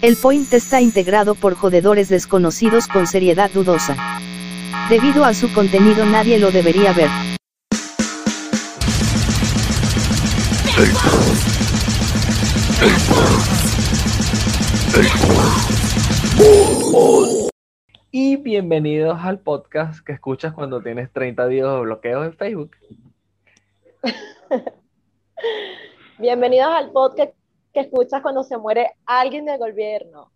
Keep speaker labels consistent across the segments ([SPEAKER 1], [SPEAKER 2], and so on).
[SPEAKER 1] El Point está integrado por jodedores desconocidos con seriedad dudosa. Debido a su contenido nadie lo debería ver.
[SPEAKER 2] Y bienvenidos al podcast que escuchas cuando tienes 30 días de bloqueo en Facebook.
[SPEAKER 3] Bienvenidos al podcast que escuchas cuando se muere alguien del gobierno.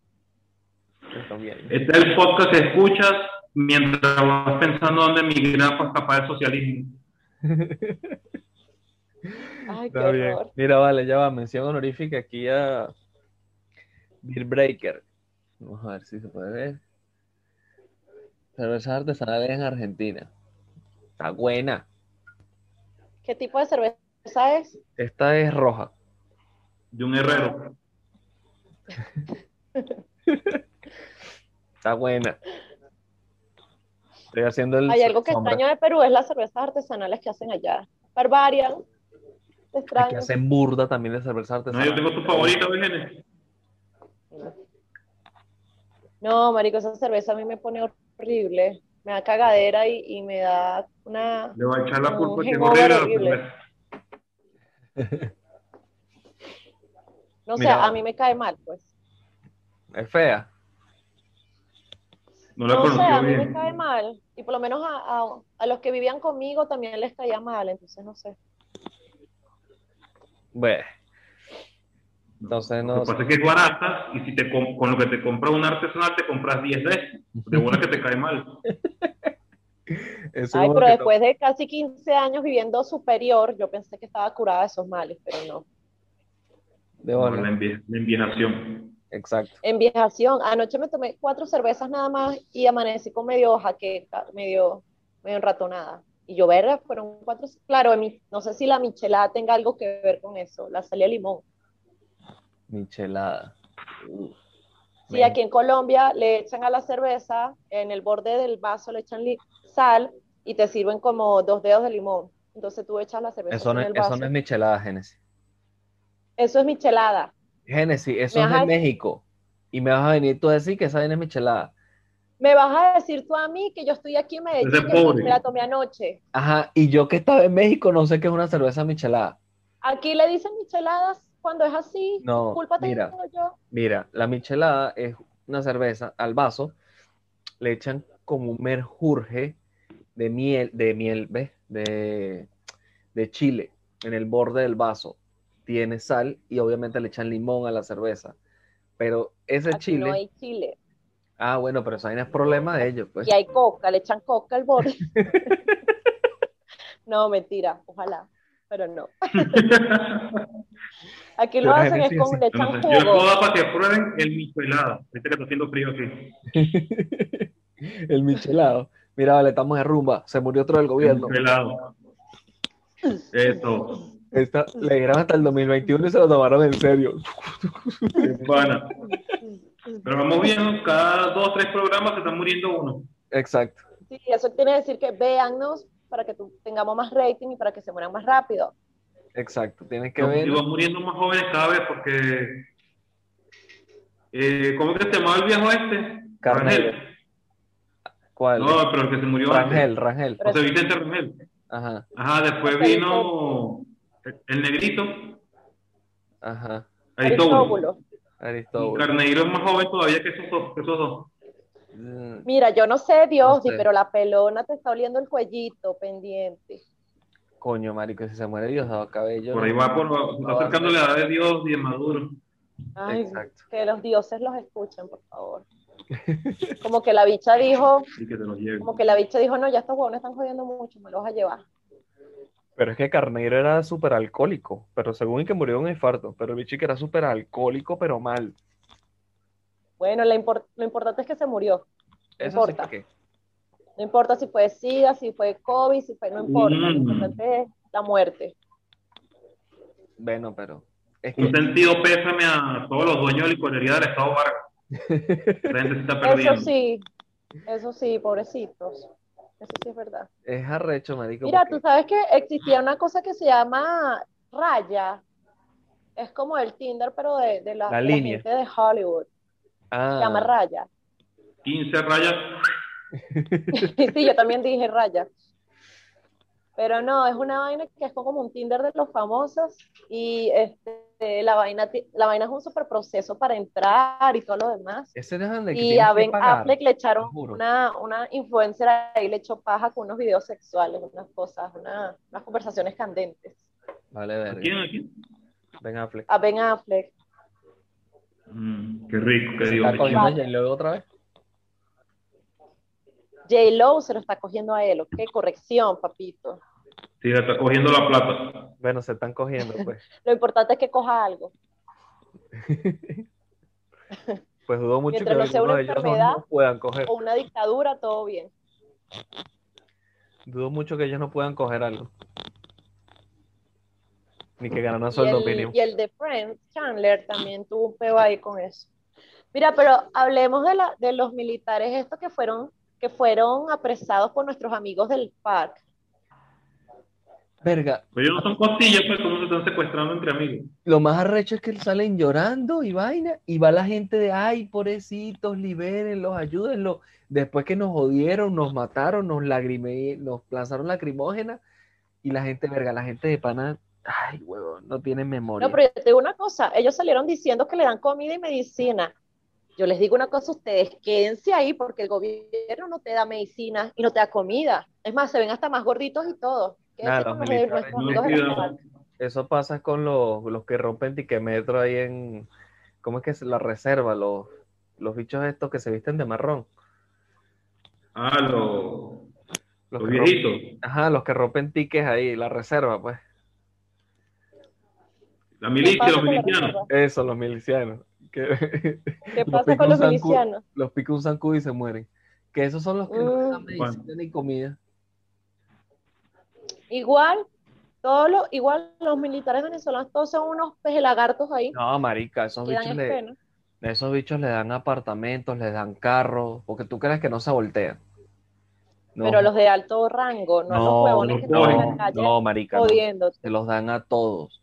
[SPEAKER 2] Está bien.
[SPEAKER 4] Este es el podcast que escuchas mientras vas pensando dónde migrar para escapar del socialismo.
[SPEAKER 3] Ay, qué
[SPEAKER 2] Está bien.
[SPEAKER 3] horror.
[SPEAKER 2] Mira, vale, ya va. Mención honorífica aquí a Beer Breaker. Vamos a ver si se puede ver. Cervezas artesanales en Argentina. Está buena.
[SPEAKER 3] ¿Qué tipo de cerveza es?
[SPEAKER 2] Esta es roja.
[SPEAKER 4] De un herrero.
[SPEAKER 2] Está buena. Estoy haciendo el.
[SPEAKER 3] Hay algo que
[SPEAKER 2] sombra.
[SPEAKER 3] extraño de Perú, es las cervezas artesanales que hacen allá. Barbarian. Te
[SPEAKER 2] Que
[SPEAKER 3] extraño.
[SPEAKER 2] hacen burda también de cerveza
[SPEAKER 4] No,
[SPEAKER 2] artesanal.
[SPEAKER 4] yo tengo tu favorita, Virginia.
[SPEAKER 3] No, marico, esa cerveza a mí me pone horrible. Me da cagadera y, y me da una...
[SPEAKER 4] Le voy a echar la
[SPEAKER 3] No,
[SPEAKER 4] culpa que es
[SPEAKER 3] hangover
[SPEAKER 4] horrible. a la
[SPEAKER 3] horrible.
[SPEAKER 4] cerveza.
[SPEAKER 3] No sé,
[SPEAKER 2] Mira.
[SPEAKER 3] a mí me cae mal, pues.
[SPEAKER 2] Es fea.
[SPEAKER 4] No la
[SPEAKER 3] No sé, a
[SPEAKER 4] conocí
[SPEAKER 3] mí me
[SPEAKER 4] bien.
[SPEAKER 3] cae mal. Y por lo menos a, a- a los que vivían conmigo también les caía mal, entonces no sé.
[SPEAKER 2] Bueno. Entonces no.
[SPEAKER 4] Lo que pasa es que es barata y si te com- con lo que te compras un artesanal te compras 10 de esas. De buena que te cae mal.
[SPEAKER 2] Eso es
[SPEAKER 3] Ay,
[SPEAKER 2] lo
[SPEAKER 3] pero
[SPEAKER 2] que-
[SPEAKER 3] después de casi 15 años viviendo superior, yo pensé que estaba curada de esos males, pero no.
[SPEAKER 2] de
[SPEAKER 4] No,
[SPEAKER 2] bola.
[SPEAKER 4] la, envie- la enviejación.
[SPEAKER 2] Exacto.
[SPEAKER 3] Enviejación. Anoche me tomé cuatro cervezas nada más y amanecí con medio jaqueca, medio, medio enratonada. Y yo, verga, fueron cuatro. Claro, mi- no sé si la michelada tenga algo que ver con eso, la salía limón.
[SPEAKER 2] Michelada.
[SPEAKER 3] Sí,
[SPEAKER 2] Bien.
[SPEAKER 3] aquí en Colombia le echan a la cerveza, en el borde del vaso le echan li- sal y te sirven como dos dedos de limón. Entonces tú echas la cerveza
[SPEAKER 2] Eso
[SPEAKER 3] en
[SPEAKER 2] no,
[SPEAKER 3] el
[SPEAKER 2] es-
[SPEAKER 3] vaso.
[SPEAKER 2] eso no es michelada, Génesis.
[SPEAKER 3] Eso es michelada.
[SPEAKER 2] Génesis, eso
[SPEAKER 3] Me
[SPEAKER 2] es de
[SPEAKER 3] vas a-
[SPEAKER 2] México. Y me vas a venir tú a decir que esa vaina es michelada.
[SPEAKER 3] Me vas a decir tú a mí que yo estoy aquí en Medellín,
[SPEAKER 4] Ese
[SPEAKER 3] que me-
[SPEAKER 4] pobre.
[SPEAKER 3] me la tomé anoche.
[SPEAKER 2] Ajá, y yo que estaba en México no sé qué es una cerveza michelada.
[SPEAKER 3] Aquí le dicen micheladas cuando es así.
[SPEAKER 2] No,
[SPEAKER 3] Disculpa,
[SPEAKER 2] mira.
[SPEAKER 3] tengo yo.
[SPEAKER 2] Mira, la michelada es una cerveza al vaso, le echan como un merjurje de miel, de miel, ¿ves? De, de chile en el borde del vaso. Tiene sal y obviamente le echan limón a la cerveza. Pero ese
[SPEAKER 3] Aquí
[SPEAKER 2] chile,
[SPEAKER 3] no Ah, hay chile.
[SPEAKER 2] ah, bueno, pero esa vaina es problema de ellos, pues.
[SPEAKER 3] Y hay coca, le echan coca al borde. no, mentira, ojalá, pero no. Aquí lo
[SPEAKER 2] Pero la
[SPEAKER 3] hacen
[SPEAKER 2] gente
[SPEAKER 3] es con,
[SPEAKER 2] sí,
[SPEAKER 3] le
[SPEAKER 4] Yo no
[SPEAKER 3] echan
[SPEAKER 4] sé, Yo les puedo
[SPEAKER 3] jugo.
[SPEAKER 4] dar para que prueben el michelada. Viste que está haciendo frío aquí.
[SPEAKER 2] El michelado. Mira, vale, estamos de rumba. Se murió otro del
[SPEAKER 4] El
[SPEAKER 2] gobierno.
[SPEAKER 4] michelado. Eso.
[SPEAKER 2] Esta, le dieron hasta el 2021 y se lo tomaron en serio.
[SPEAKER 4] Es pana. Pero vamos viendo, cada dos o tres programas se está muriendo uno.
[SPEAKER 2] Exacto.
[SPEAKER 3] Sí, eso quiere decir que véannos para que tú- tengamos más rating y para que se mueran más rápido.
[SPEAKER 2] Exacto, tienes que
[SPEAKER 4] No,
[SPEAKER 2] ver.
[SPEAKER 4] Y van muriendo más jóvenes cada vez porque. Eh, ¿Cómo que se llamaba el viejo este?
[SPEAKER 2] Carnero.
[SPEAKER 4] Rangel.
[SPEAKER 2] ¿Cuál?
[SPEAKER 4] No, pero el que se murió
[SPEAKER 2] Rangel, Rangel.
[SPEAKER 3] Pero
[SPEAKER 4] antes. José Vicente Rangel.
[SPEAKER 2] Ajá,
[SPEAKER 4] Ajá, después
[SPEAKER 3] José
[SPEAKER 4] vino el- el negrito.
[SPEAKER 2] ajá.
[SPEAKER 4] Aristóbulo.
[SPEAKER 3] Aristóbulo.
[SPEAKER 4] Y
[SPEAKER 2] Aristóbulo.
[SPEAKER 4] Carneiro es más joven todavía que esos dos. que esos dos.
[SPEAKER 2] Mm,
[SPEAKER 3] Mira, yo no sé, Dios,
[SPEAKER 2] No sé.
[SPEAKER 3] pero la pelona te está oliendo el cuellito pendiente.
[SPEAKER 2] Coño, marico, si se muere Diosdado Cabello.
[SPEAKER 4] Por ahí va, por, se está acercando la edad de Dios y de Maduro.
[SPEAKER 3] Ay,
[SPEAKER 2] Exacto.
[SPEAKER 3] que los dioses los escuchen, por favor. Como que la bicha dijo,
[SPEAKER 4] Y que te los lleve.
[SPEAKER 3] como que la bicha dijo, no, ya estos huevones están jodiendo mucho, me los vas a llevar.
[SPEAKER 2] Pero es que Carneiro era súper alcohólico, pero según y que murió de un infarto, pero el bicho que era súper alcohólico, pero mal.
[SPEAKER 3] Bueno, la impor- lo importante es que se murió. No
[SPEAKER 2] Eso sí
[SPEAKER 3] importa.
[SPEAKER 2] que-
[SPEAKER 3] No importa si fue SIDA, si fue COVID, si fue, no importa. Lo
[SPEAKER 4] Mm.
[SPEAKER 3] importante es la muerte.
[SPEAKER 2] Bueno, pero es que
[SPEAKER 4] Un sentido pésame a todos los dueños de licorería del Estado Vargas. La gente se está perdiendo.
[SPEAKER 3] Eso sí, eso sí, pobrecitos. Eso sí es verdad.
[SPEAKER 2] es arrecho, marico.
[SPEAKER 3] Mira,
[SPEAKER 2] porque-
[SPEAKER 3] tú sabes que existía una cosa que se llama Raya. Es como el Tinder, pero de, de la,
[SPEAKER 2] La
[SPEAKER 3] de la
[SPEAKER 2] línea.
[SPEAKER 3] gente de Hollywood. Se llama
[SPEAKER 2] Ah,
[SPEAKER 3] raya.
[SPEAKER 4] 15 rayas.
[SPEAKER 3] sí, yo también dije raya. Pero no, es una vaina que es como un Tinder de los famosos y este, la, vaina, ti- la vaina es un super proceso para entrar y todo lo demás.
[SPEAKER 2] ese es donde que
[SPEAKER 3] Y
[SPEAKER 2] tienes
[SPEAKER 3] a
[SPEAKER 2] que
[SPEAKER 3] Ben
[SPEAKER 2] pagar.
[SPEAKER 3] Affleck le echaron
[SPEAKER 2] te juro.
[SPEAKER 3] una, una influencer ahí, le echó paja con unos videos sexuales, unas cosas, una- unas conversaciones candentes.
[SPEAKER 2] Vale,
[SPEAKER 4] ¿A
[SPEAKER 2] verga.
[SPEAKER 4] quién? ¿A quién?
[SPEAKER 2] Ben Affleck.
[SPEAKER 3] A Ben Affleck.
[SPEAKER 4] Mm, qué rico, qué
[SPEAKER 2] Se
[SPEAKER 4] digo.
[SPEAKER 2] está
[SPEAKER 4] qué
[SPEAKER 2] cogiendo
[SPEAKER 4] chido.
[SPEAKER 2] a J-Lo otra vez.
[SPEAKER 3] J. Lo se lo está cogiendo a él, ¿ok? Corrección, papito.
[SPEAKER 4] Sí, se está cogiendo la plata.
[SPEAKER 2] Bueno, se están cogiendo, pues.
[SPEAKER 3] Lo importante es que coja algo.
[SPEAKER 2] Pues dudo mucho
[SPEAKER 3] Mientras no
[SPEAKER 2] que
[SPEAKER 3] sea
[SPEAKER 2] alguno
[SPEAKER 3] una
[SPEAKER 2] de ellos dos
[SPEAKER 3] enfermedad.
[SPEAKER 2] no puedan coger.
[SPEAKER 3] O una dictadura, todo bien.
[SPEAKER 2] Dudo mucho que ellos no puedan coger algo. Ni que ganan un
[SPEAKER 3] Y
[SPEAKER 2] sueldo
[SPEAKER 3] el,
[SPEAKER 2] mínimo.
[SPEAKER 3] y el de Friends, Chandler, también tuvo un peo ahí con eso. Mira, pero hablemos de, la, de los militares estos que fueron, que fueron apresados por nuestros amigos del PAC.
[SPEAKER 2] Verga,
[SPEAKER 4] Pero ellos no son costillas, pues, ¿cómo se están secuestrando entre amigos?
[SPEAKER 2] lo más arrecho es que salen llorando y vaina, y va la gente de, ay, pobrecitos, libérenlos, ayúdenlos. Después que nos jodieron, nos mataron, nos lagrime, nos lanzaron lacrimógena, y la gente, verga, la gente de pana, ay, huevón, no tienen memoria.
[SPEAKER 3] No, pero yo te digo una cosa, ellos salieron diciendo que le dan comida y medicina. Yo les digo una cosa a ustedes, quédense ahí porque el gobierno no te da medicina y no te da comida. Es más, se ven hasta más gorditos y todo. Quédense
[SPEAKER 2] Nada,
[SPEAKER 3] con
[SPEAKER 2] los
[SPEAKER 3] los de
[SPEAKER 2] militares
[SPEAKER 3] nuestros
[SPEAKER 4] no
[SPEAKER 3] amigos del
[SPEAKER 4] les
[SPEAKER 3] PAC.
[SPEAKER 2] Eso pasa con los, los que rompen tiquemetro ahí en, ¿cómo es que se la reserva? Los, los bichos estos que se visten de marrón.
[SPEAKER 4] Ah, los,
[SPEAKER 2] Los
[SPEAKER 4] los
[SPEAKER 2] que rompen-
[SPEAKER 4] viejitos.
[SPEAKER 2] ajá, los que rompen tickets ahí, la reserva, pues.
[SPEAKER 4] La
[SPEAKER 3] ¿Qué
[SPEAKER 4] milicia,
[SPEAKER 3] pasa
[SPEAKER 4] los
[SPEAKER 3] con los
[SPEAKER 4] milicianos.
[SPEAKER 3] reservas?
[SPEAKER 2] Eso, los milicianos. Que
[SPEAKER 3] ¿Qué
[SPEAKER 2] Los
[SPEAKER 3] pasa con los
[SPEAKER 2] picos
[SPEAKER 3] milicianos?
[SPEAKER 2] los pica un zancudo y se mueren. Que esos son los que no les dan
[SPEAKER 3] Mm.
[SPEAKER 2] medicina ni comida.
[SPEAKER 3] Igual, todos los, igual los militares venezolanos, todos son unos pejelagartos ahí
[SPEAKER 2] No, marica, esos
[SPEAKER 3] que dan
[SPEAKER 2] bichos,
[SPEAKER 3] en
[SPEAKER 2] le,
[SPEAKER 3] pena.
[SPEAKER 2] esos bichos le dan apartamentos, les dan carros, porque tú crees que no se voltean. No,
[SPEAKER 3] Pero los de alto rango, no, a los
[SPEAKER 2] no,
[SPEAKER 3] huevones que
[SPEAKER 4] no,
[SPEAKER 3] están en
[SPEAKER 2] no,
[SPEAKER 3] la calle
[SPEAKER 2] no, marica, no.
[SPEAKER 3] jodiéndote.
[SPEAKER 2] se los dan a todos.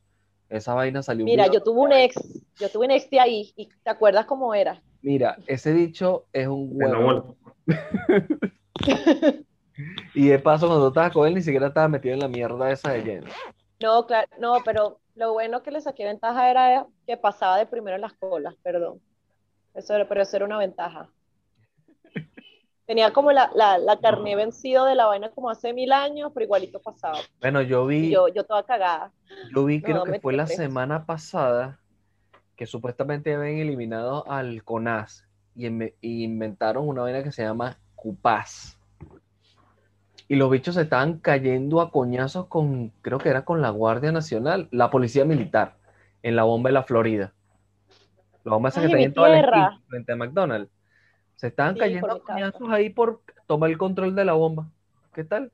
[SPEAKER 2] Esa vaina salió un
[SPEAKER 3] Mira,
[SPEAKER 2] video-
[SPEAKER 3] yo tuve un ex, yo tuve un ex de ahí y te acuerdas cómo era.
[SPEAKER 2] Mira, ese bicho es un
[SPEAKER 4] En la
[SPEAKER 2] huevo.
[SPEAKER 4] bolsa.
[SPEAKER 2] Y de paso, cuando estabas con él, ni siquiera estaba metido en la mierda esa de lleno.
[SPEAKER 3] No, claro, no, pero lo bueno que le saqué ventaja era que pasaba de primero en las colas, perdón. Eso era, pero eso era una ventaja. Tenía como la, la, la carné vencido de la vaina como hace mil años, pero igualito pasaba.
[SPEAKER 2] Bueno, yo
[SPEAKER 3] Y
[SPEAKER 2] vi,
[SPEAKER 3] yo, yo toda cagada.
[SPEAKER 2] yo vi,
[SPEAKER 3] no,
[SPEAKER 2] creo que
[SPEAKER 3] me
[SPEAKER 2] fue la
[SPEAKER 3] quedé.
[SPEAKER 2] semana pasada que supuestamente habían eliminado al CONAS y, inme- y inventaron una vaina que se llama CUPAS. Y los bichos se estaban cayendo a coñazos con, creo que era con la Guardia Nacional, la Policía Militar, en la bomba de la Florida. La bomba esa que
[SPEAKER 3] Ay,
[SPEAKER 2] tenía
[SPEAKER 3] mi
[SPEAKER 2] en toda la esquina,
[SPEAKER 3] tierra.
[SPEAKER 2] frente a McDonald's. Se estaban
[SPEAKER 3] Sí,
[SPEAKER 2] cayendo
[SPEAKER 3] por
[SPEAKER 2] a
[SPEAKER 3] mi casa.
[SPEAKER 2] coñazos ahí por tomar el control de la bomba. ¿Qué tal?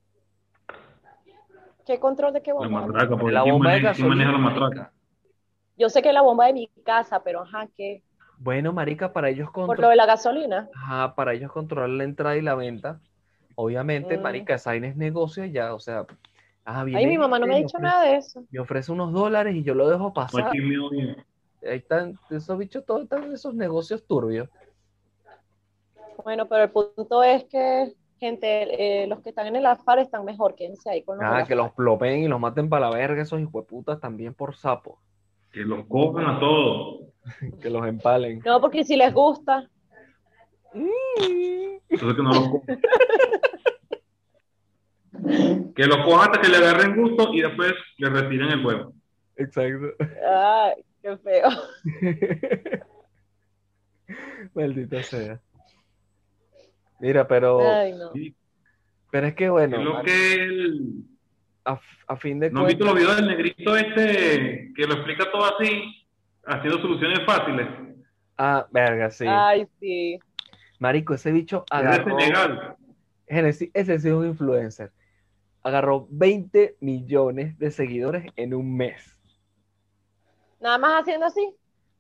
[SPEAKER 3] ¿Qué control de qué
[SPEAKER 4] La
[SPEAKER 3] bomba?
[SPEAKER 4] matraca, porque
[SPEAKER 2] la
[SPEAKER 4] ¿quién
[SPEAKER 2] bomba de
[SPEAKER 4] maneja, quién maneja
[SPEAKER 2] gasolina.
[SPEAKER 4] la matraca?
[SPEAKER 2] marica.
[SPEAKER 3] Yo sé que es la bomba de mi casa, pero ajá, ¿qué?
[SPEAKER 2] Bueno, marica, para ellos
[SPEAKER 3] Por
[SPEAKER 2] controlar
[SPEAKER 3] lo de la gasolina.
[SPEAKER 2] Ajá, para ellos controlar la entrada y la venta. Obviamente,
[SPEAKER 3] Mm.
[SPEAKER 2] marica, esa vaina es negocio ya, o sea, ah,
[SPEAKER 3] Ay, mi mamá no me ha dicho nada de eso.
[SPEAKER 2] Me ofrece unos dólares y yo lo dejo
[SPEAKER 4] No
[SPEAKER 2] pasar.
[SPEAKER 4] hay chisme hoy. eh.
[SPEAKER 2] Ahí están esos bichos, todos están en esos negocios turbios.
[SPEAKER 3] Bueno, pero el punto es que, gente, eh, los que están en el AFAR están mejor, quédense ahí con los
[SPEAKER 2] Ah,
[SPEAKER 3] del
[SPEAKER 2] que
[SPEAKER 3] AFAR.
[SPEAKER 2] los plopen y los maten para la verga, esos hijueputas también por sapo.
[SPEAKER 4] Que los cojan a todos.
[SPEAKER 2] Que los empalen.
[SPEAKER 3] No, porque si les gusta,
[SPEAKER 4] Entonces que no los cojan. que los cojan hasta que le agarren gusto y después le retiren el huevo.
[SPEAKER 2] Exacto.
[SPEAKER 3] ay, qué feo.
[SPEAKER 2] Maldita sea. Mira, pero,
[SPEAKER 3] Ay, no.
[SPEAKER 4] Sí,
[SPEAKER 2] pero es que
[SPEAKER 4] es
[SPEAKER 2] bueno,
[SPEAKER 4] lo
[SPEAKER 2] mar-
[SPEAKER 4] que el-
[SPEAKER 2] a, a fin de
[SPEAKER 4] ¿No han visto
[SPEAKER 2] cuentas,
[SPEAKER 4] los videos del negrito este que lo explica todo así, haciendo soluciones fáciles?
[SPEAKER 2] ah, verga, sí.
[SPEAKER 3] Ay, sí.
[SPEAKER 2] Marico, ese bicho
[SPEAKER 4] Es de
[SPEAKER 2] agarró.
[SPEAKER 4] Senegal.
[SPEAKER 2] Genesi- ese sí es un influencer. Agarró 20 millones de seguidores en un mes.
[SPEAKER 3] Nada más haciendo así.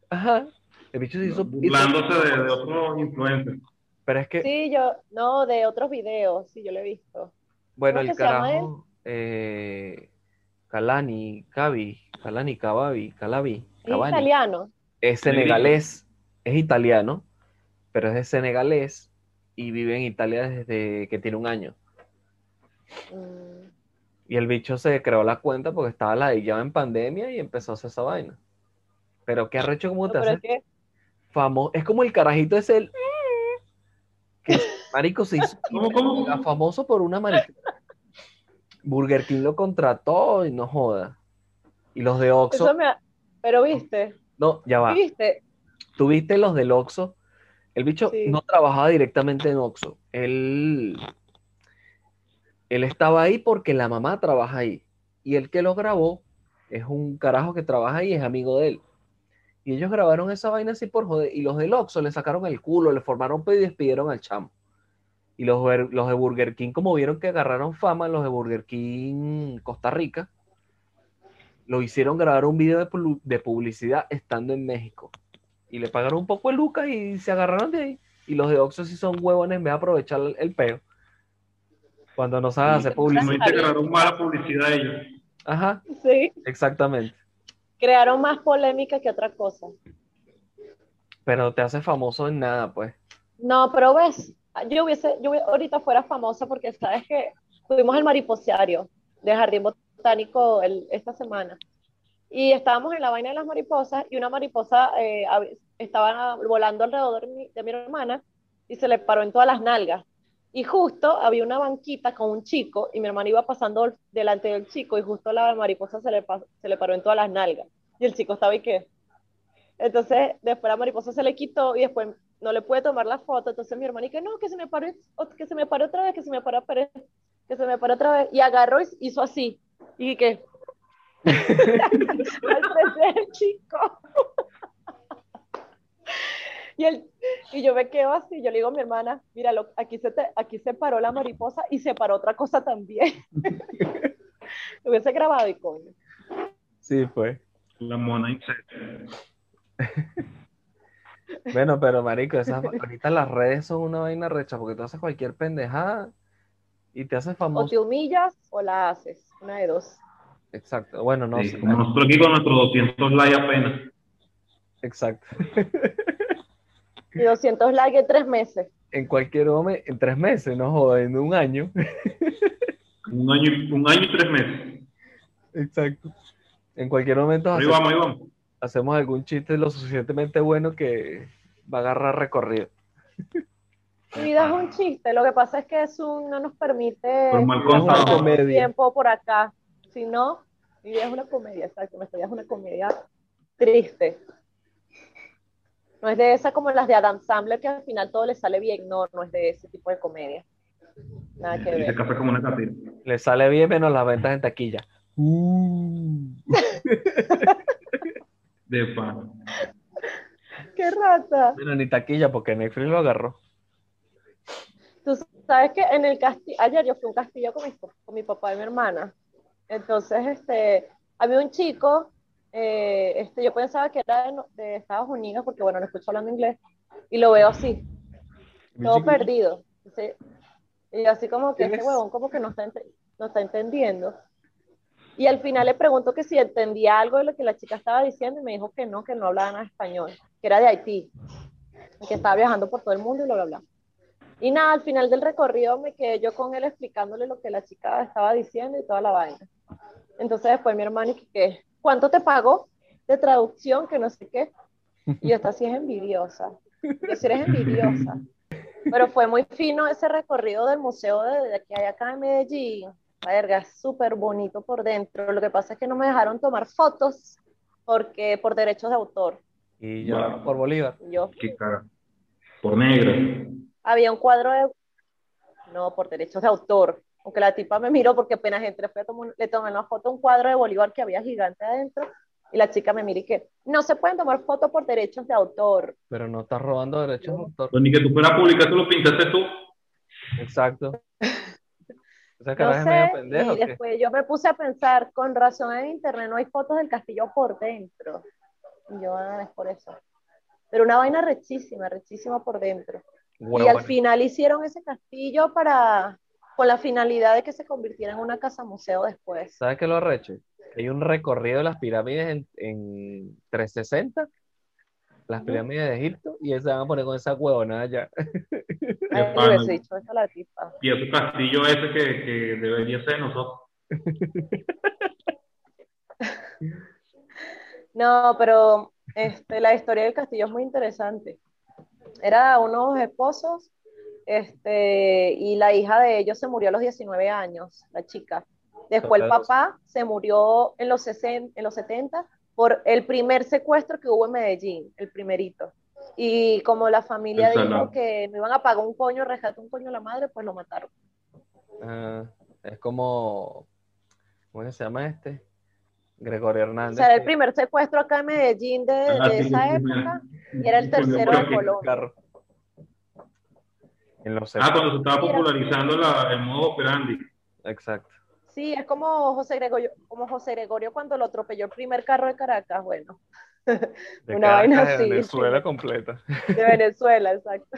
[SPEAKER 2] Ajá. El bicho se hizo. hizo-
[SPEAKER 4] Burlándose de, de otros influencers.
[SPEAKER 2] Pero es que,
[SPEAKER 3] Sí, yo, no, de otros videos, sí, yo lo he visto.
[SPEAKER 2] Ah, bueno,
[SPEAKER 3] ¿cómo
[SPEAKER 2] el
[SPEAKER 3] que se llama
[SPEAKER 2] carajo. eh, Kalani, Kavi, Kalani, Kabavi, Kalabi,
[SPEAKER 3] Es
[SPEAKER 2] Cavani.
[SPEAKER 3] italiano.
[SPEAKER 2] Es senegalés, es italiano. pero es de senegalés y vive en Italia desde que tiene un año.
[SPEAKER 3] Mm.
[SPEAKER 2] Y el bicho se creó la cuenta porque estaba la llave en pandemia y empezó a hacer esa vaina. Pero qué arrecho como
[SPEAKER 3] No,
[SPEAKER 2] te
[SPEAKER 3] pero
[SPEAKER 2] haces
[SPEAKER 3] es que
[SPEAKER 2] famoso. Es como el carajito es el. Que marico se hizo
[SPEAKER 4] ¿Cómo, cómo?
[SPEAKER 2] mega famoso por una marica. Burger King lo contrató y no joda. Y los de Oxxo.
[SPEAKER 3] eso me ha- Pero viste,
[SPEAKER 2] No, ya va.
[SPEAKER 3] viste,
[SPEAKER 2] Tuviste los del Oxxo. El bicho
[SPEAKER 3] Sí.
[SPEAKER 2] no trabajaba directamente en Oxxo. Él, él estaba ahí porque la mamá trabaja ahí. Y el que lo grabó es un carajo que trabaja ahí, es amigo de él. Y ellos grabaron esa vaina así por joder. Y los del Oxxo le sacaron el culo, le formaron pedo y despidieron al chamo. Y los, ver- los de Burger King, como vieron que agarraron fama, los de Burger King Costa Rica, lo hicieron grabar un video de, pulu- de publicidad estando en México y le pagaron un poco de lucas y se agarraron de ahí. Y los de Oxxo sí son huevones, me van a aprovechar el peo. Cuando no saben hacer
[SPEAKER 4] No
[SPEAKER 2] publicidad.
[SPEAKER 4] integraron mala publicidad ellos.
[SPEAKER 2] Ajá,
[SPEAKER 3] sí,
[SPEAKER 2] exactamente.
[SPEAKER 3] crearon más polémica que otra cosa.
[SPEAKER 2] Pero te hace famoso en nada, pues.
[SPEAKER 3] No, pero ves, yo hubiese, yo hubiese- ahorita fuera famosa porque sabes que fuimos al mariposario del Jardín Botánico el- esta semana y estábamos en la vaina de las mariposas y una mariposa eh, hab- estaba volando alrededor de mi, de mi hermana y se le paró en todas las nalgas. Y justo había una banquita con un chico y mi hermana iba pasando delante del chico y justo la mariposa se le, pa- se le paró en todas las nalgas. Y el chico estaba y qué. Entonces, después la mariposa se le quitó y después no le pude tomar la foto. Entonces mi hermana y que no, que se me paró, ot- que se me paró otra vez, que se me paró, otra vez, que se me paró otra vez. Y agarró y hizo así. Y que. Al frente del chico. Y, el, y yo me quedo así, yo le digo a mi hermana, mira, lo- aquí, se te- aquí se paró la mariposa y se paró otra cosa también. lo hubiese grabado y coño.
[SPEAKER 2] Sí, pues.
[SPEAKER 4] La mona insecta.
[SPEAKER 2] Bueno, pero marico, esas, ahorita las redes son una vaina recha porque tú haces cualquier pendejada y te haces
[SPEAKER 3] O
[SPEAKER 2] famoso.
[SPEAKER 3] te humillas o la haces, una de dos.
[SPEAKER 2] Exacto. Bueno, no
[SPEAKER 4] Sí,
[SPEAKER 2] sé.
[SPEAKER 4] como nosotros aquí con nuestros 200 likes apenas.
[SPEAKER 2] Exacto.
[SPEAKER 3] Y 200 likes en tres meses.
[SPEAKER 2] En cualquier momento, en tres meses, no joder, en un año.
[SPEAKER 4] Un año, y- un año y tres meses.
[SPEAKER 2] Exacto. En cualquier momento
[SPEAKER 4] Ahí
[SPEAKER 2] haces-
[SPEAKER 4] vamos, ahí vamos.
[SPEAKER 2] hacemos algún chiste lo suficientemente bueno que va a agarrar recorrido.
[SPEAKER 3] Mi vida es un chiste, lo que pasa es que Zoom no nos permite
[SPEAKER 4] Por mal
[SPEAKER 2] Vamos a la
[SPEAKER 4] contado.
[SPEAKER 2] comedia.
[SPEAKER 3] tiempo por acá. Si no, mi vida es una comedia, exacto, nuestra vida es una comedia triste. No es de esa como las de Adam Sandler, que al final todo le sale bien, no, no es de ese tipo de comedia. Nada que
[SPEAKER 4] Y se
[SPEAKER 3] ver.
[SPEAKER 4] casa como una catira.
[SPEAKER 2] Le sale bien menos las ventas en taquilla. Uh.
[SPEAKER 4] De pan.
[SPEAKER 3] ¡Qué rata!
[SPEAKER 2] Bueno, ni taquilla porque Netflix lo agarró.
[SPEAKER 3] Tú sabes que en el castillo, ayer yo fui a un castillo con mi, con mi papá y mi hermana. Entonces, este, había un chico, eh, este, yo pensaba que era de, de Estados Unidos, porque bueno, no escucho hablando inglés, y lo veo así, todo perdido. sí. Y así como que
[SPEAKER 2] ¿Quién
[SPEAKER 3] este
[SPEAKER 2] es?
[SPEAKER 3] huevón como que no está, ente- no está entendiendo. Y al final le pregunto que si entendía algo de lo que la chica estaba diciendo y me dijo que no, que no hablaba nada español, que era de Haití, y que estaba viajando por todo el mundo y bla, bla, bla. Y nada, al final del recorrido me quedé yo con él explicándole lo que la chica estaba diciendo y toda la vaina. Entonces después mi hermano, y que, ¿qué? ¿cuánto te pagó de traducción? Que no sé qué. Y yo, esta sí es envidiosa. Yo, sí eres envidiosa. Pero fue muy fino ese recorrido del museo de, de que hay acá en Medellín. Verga, súper bonito por dentro. Lo que pasa es que no me dejaron tomar fotos porque por derechos de autor.
[SPEAKER 2] Y yo por Bolívar.
[SPEAKER 3] Yo
[SPEAKER 4] Qué cara. Por negro.
[SPEAKER 3] había un cuadro de... No, por derechos de autor. Aunque la tipa me miró porque apenas entré, fui a tomar- le tomé una foto a un cuadro de Bolívar que había gigante adentro. Y la chica me mira y que no se pueden tomar fotos por derechos de autor.
[SPEAKER 2] Pero no estás robando derechos de autor.
[SPEAKER 4] Pues ni que tú fueras a publicar, tú lo pintaste tú.
[SPEAKER 2] Exacto. Esa
[SPEAKER 3] No
[SPEAKER 2] caraja es
[SPEAKER 3] sé,
[SPEAKER 2] medio pendejo.
[SPEAKER 3] y después yo me puse a pensar, con razón en internet no hay fotos del castillo por dentro. Y yo, ah, es por eso. Pero una vaina rechísima, rechísima por dentro. y al final hicieron ese castillo para, con la finalidad de que se convirtiera en una casa museo después.
[SPEAKER 2] ¿Sabes qué es lo arrecho? Hay un recorrido de las pirámides en, en 360, las pirámides de Egipto y se van a poner con esa huevonada ya.
[SPEAKER 3] Ay,
[SPEAKER 4] pana.
[SPEAKER 3] hubiese dicho eso a la tipa.
[SPEAKER 4] Y ese castillo ese que, que debería ser de nosotros.
[SPEAKER 3] No, pero este, la historia del castillo es muy interesante. Era unos esposos este, y la hija de ellos se murió a los 19 años, la chica. Después el
[SPEAKER 2] Claro.
[SPEAKER 3] papá se murió en los, 60, en los 70 por el primer secuestro que hubo en Medellín, el primerito. Y como la familia
[SPEAKER 4] El
[SPEAKER 3] dijo
[SPEAKER 4] salado.
[SPEAKER 3] que no iban a pagar un coño, rescató un coño a la madre, pues lo mataron.
[SPEAKER 2] Ah, es como, ¿cómo es que se llama este? Gregorio
[SPEAKER 3] O
[SPEAKER 2] Hernández.
[SPEAKER 3] sea, era el
[SPEAKER 2] que-
[SPEAKER 3] primer secuestro acá en Medellín de, de
[SPEAKER 4] Ah, sí,
[SPEAKER 3] esa
[SPEAKER 4] sí,
[SPEAKER 3] época.
[SPEAKER 4] sí.
[SPEAKER 3] y era el tercero de
[SPEAKER 4] Porque-
[SPEAKER 3] Colón.
[SPEAKER 2] carro. En los
[SPEAKER 4] Ah,
[SPEAKER 2] 70,
[SPEAKER 4] cuando se estaba popularizando la- el modo operandi. pues.
[SPEAKER 2] exacto.
[SPEAKER 3] Sí, es como José Gregorio, como José Gregorio cuando lo atropelló el primer carro de Caracas, bueno,
[SPEAKER 2] De
[SPEAKER 3] Una vaina
[SPEAKER 2] Caracas, de
[SPEAKER 3] así,
[SPEAKER 2] Venezuela
[SPEAKER 3] sí.
[SPEAKER 2] completa.
[SPEAKER 3] de Venezuela, exacto.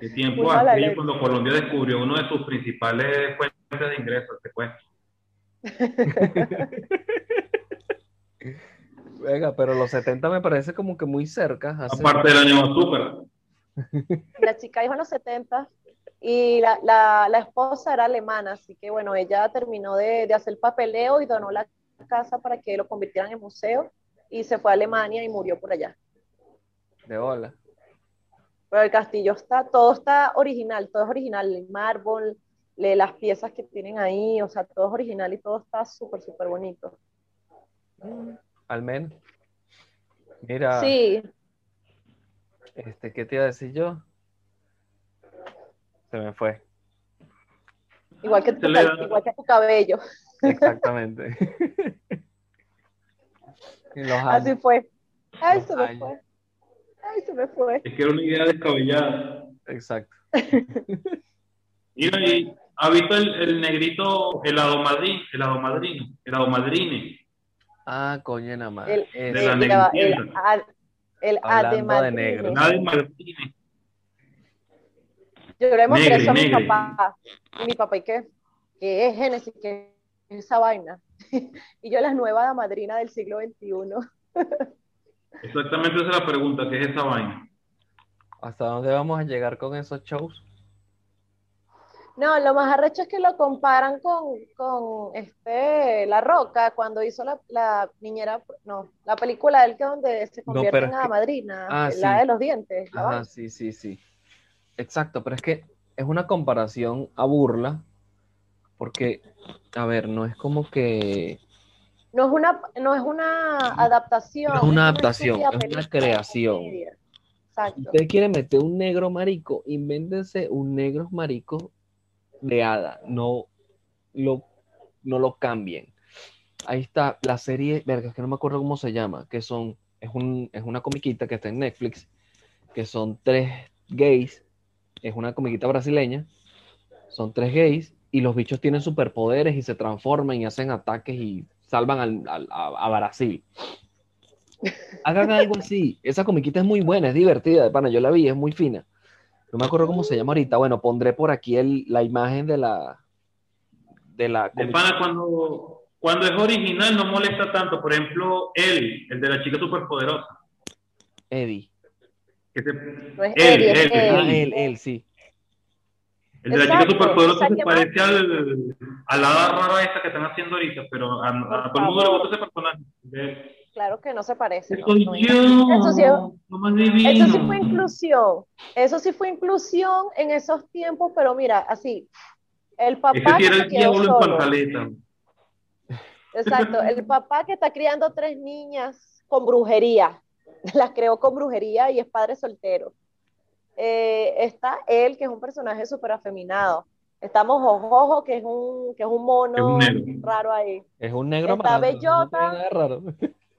[SPEAKER 4] De tiempo
[SPEAKER 3] Muy mala
[SPEAKER 4] aquello
[SPEAKER 3] leche.
[SPEAKER 4] cuando Colombia descubrió uno de sus principales fuentes de ingresos, el secuestro.
[SPEAKER 2] Venga, pero los 70 me parece como que muy cerca. hace-
[SPEAKER 4] Aparte del año super.
[SPEAKER 3] La chica dijo en los 70 y la, la- la esposa era alemana, así que bueno, ella terminó de, de hacer papeleo y donó la casa para que lo convirtieran en museo y se fue a Alemania y murió por allá.
[SPEAKER 2] De bola.
[SPEAKER 3] Pero el castillo está, todo está original, todo es original, el mármol, le- las piezas que tienen ahí, o sea, todo es original y todo está súper, súper bonito.
[SPEAKER 2] Al menos. Mira,
[SPEAKER 3] Sí,
[SPEAKER 2] este, ¿qué te iba a decir yo? Se me fue.
[SPEAKER 3] igual que tu
[SPEAKER 4] Se le da-
[SPEAKER 3] cal- igual que tu cabello,
[SPEAKER 2] Exactamente. Y los
[SPEAKER 3] así
[SPEAKER 2] años.
[SPEAKER 3] fue. Ay,
[SPEAKER 2] Los
[SPEAKER 3] se me
[SPEAKER 2] años.
[SPEAKER 3] fue. Ay, se me fue.
[SPEAKER 4] Es que era una idea descabellada.
[SPEAKER 2] Exacto.
[SPEAKER 4] Mira, y ¿ha visto el, el negrito, el adomadrín, el adomadrino, el adomadrine?
[SPEAKER 2] Ah, coño, nada más.
[SPEAKER 3] El-
[SPEAKER 2] Ese.
[SPEAKER 4] De la
[SPEAKER 3] El- ya va, el
[SPEAKER 4] negritienda.
[SPEAKER 3] ad- el
[SPEAKER 2] Hablando de
[SPEAKER 3] además
[SPEAKER 2] negro.
[SPEAKER 4] Nadie Martínez.
[SPEAKER 3] Yo le mostré
[SPEAKER 4] Negre,
[SPEAKER 3] eso a mi
[SPEAKER 4] negre.
[SPEAKER 3] papá. Y mi papá, ¿y qué? ¿Qué es Génesis? ¿Qué es esa vaina? y yo, la nueva madrina del siglo XXI.
[SPEAKER 4] Exactamente esa es la pregunta, ¿qué es esa vaina?
[SPEAKER 2] ¿Hasta dónde vamos a llegar con esos shows?
[SPEAKER 3] No, lo más arrecho es que lo comparan con, con este, La Roca, cuando hizo la, la niñera, no, la película del que donde se convierte
[SPEAKER 2] pero
[SPEAKER 3] en
[SPEAKER 2] es que-
[SPEAKER 3] la madrina,
[SPEAKER 2] Ah,
[SPEAKER 3] la
[SPEAKER 2] sí.
[SPEAKER 3] de los dientes. la
[SPEAKER 2] Ah,
[SPEAKER 3] vaina.
[SPEAKER 2] sí, sí, sí. Exacto, pero es que es una comparación a burla, porque, a ver, no es como que...
[SPEAKER 3] No es una, no es una adaptación.
[SPEAKER 2] No es una adaptación,
[SPEAKER 3] estúpida
[SPEAKER 2] es una
[SPEAKER 3] película de
[SPEAKER 2] creación.
[SPEAKER 3] comedia. Exacto.
[SPEAKER 2] Ustedes quieren meter un negro marico, invéntense un negro marico de hada, no lo, no lo cambien. Ahí está la serie, verga, es que no me acuerdo cómo se llama, que son, es, un, es una comiquita que está en Netflix, que son tres gays, es una comiquita brasileña, son tres gays y los bichos tienen superpoderes y se transforman y hacen ataques y salvan al- al- a, a Brasil. Hagan algo así. Esa comiquita es muy buena, es divertida, de pana. Yo la vi, es muy fina. No me acuerdo cómo se llama ahorita. Bueno, pondré por aquí el- la imagen de la de la
[SPEAKER 4] De
[SPEAKER 2] comiquita.
[SPEAKER 4] pana, cuando, cuando es original no molesta tanto. Por ejemplo, él, el de la chica superpoderosa.
[SPEAKER 2] Eddie.
[SPEAKER 4] Que se-
[SPEAKER 3] No es
[SPEAKER 4] él,
[SPEAKER 3] Eddie, es
[SPEAKER 4] él,
[SPEAKER 2] Ah,
[SPEAKER 3] Eddie.
[SPEAKER 4] él.
[SPEAKER 2] él, él, sí.
[SPEAKER 4] El de la chica
[SPEAKER 3] Exacto, o
[SPEAKER 4] superpoderosa
[SPEAKER 3] sea,
[SPEAKER 4] se
[SPEAKER 3] que
[SPEAKER 4] parece al, a la hada rara esta que están haciendo ahorita, pero a, a
[SPEAKER 3] Por
[SPEAKER 4] todo el mundo le
[SPEAKER 3] favor.
[SPEAKER 4] gusta ese personaje. De-
[SPEAKER 3] Claro que no se parece. no,
[SPEAKER 4] Soy
[SPEAKER 3] no es.
[SPEAKER 4] yo,
[SPEAKER 3] Eso sí-
[SPEAKER 4] lo más divino.
[SPEAKER 3] Eso sí fue inclusión. Eso sí fue inclusión en esos tiempos, pero mira, así. El
[SPEAKER 4] Ese
[SPEAKER 3] papá
[SPEAKER 4] sí
[SPEAKER 3] que
[SPEAKER 4] era
[SPEAKER 3] se
[SPEAKER 4] el
[SPEAKER 3] quedó
[SPEAKER 4] diablo en
[SPEAKER 3] solo.
[SPEAKER 4] pantaleta.
[SPEAKER 3] Exacto. El papá que está criando tres niñas con brujería. Las creó con brujería y es padre soltero. Eh, está él, que es un personaje súper afeminado. Estamos Ojojo, que es un, que es un mono
[SPEAKER 4] Es un negro.
[SPEAKER 3] raro ahí.
[SPEAKER 2] Es un negro
[SPEAKER 3] Está
[SPEAKER 2] malandro, no tiene
[SPEAKER 3] bellota.
[SPEAKER 2] nada de raro.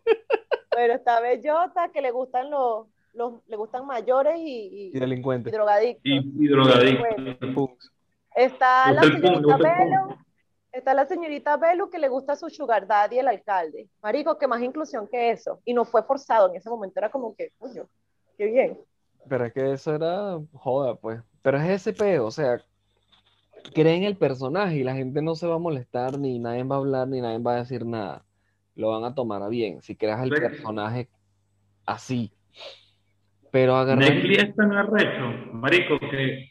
[SPEAKER 3] Pero está Bellota, que le gustan los, los- le gustan mayores y,
[SPEAKER 2] Y
[SPEAKER 3] y- y
[SPEAKER 2] delincuente.
[SPEAKER 3] drogadictos.
[SPEAKER 4] Y, y drogadicto.
[SPEAKER 2] Punks.
[SPEAKER 3] Está la
[SPEAKER 4] Gusta el punk,
[SPEAKER 3] señorita
[SPEAKER 4] gusta el punk.
[SPEAKER 3] Belu, está la señorita Belu que le gusta su sugar daddy, el alcalde. Marico, que más inclusión que eso. Y no fue forzado en ese momento, era como que, coño, qué bien.
[SPEAKER 2] Pero es que eso era joda, pues. Pero es ese peo, o sea, creen el personaje y la gente no se va a molestar, ni nadie va a hablar, ni nadie va a decir nada. Lo van a tomar a bien, si creas el
[SPEAKER 4] Pero-
[SPEAKER 2] personaje así. Pero agarré.
[SPEAKER 4] Netflix es tan arrecho, marico, que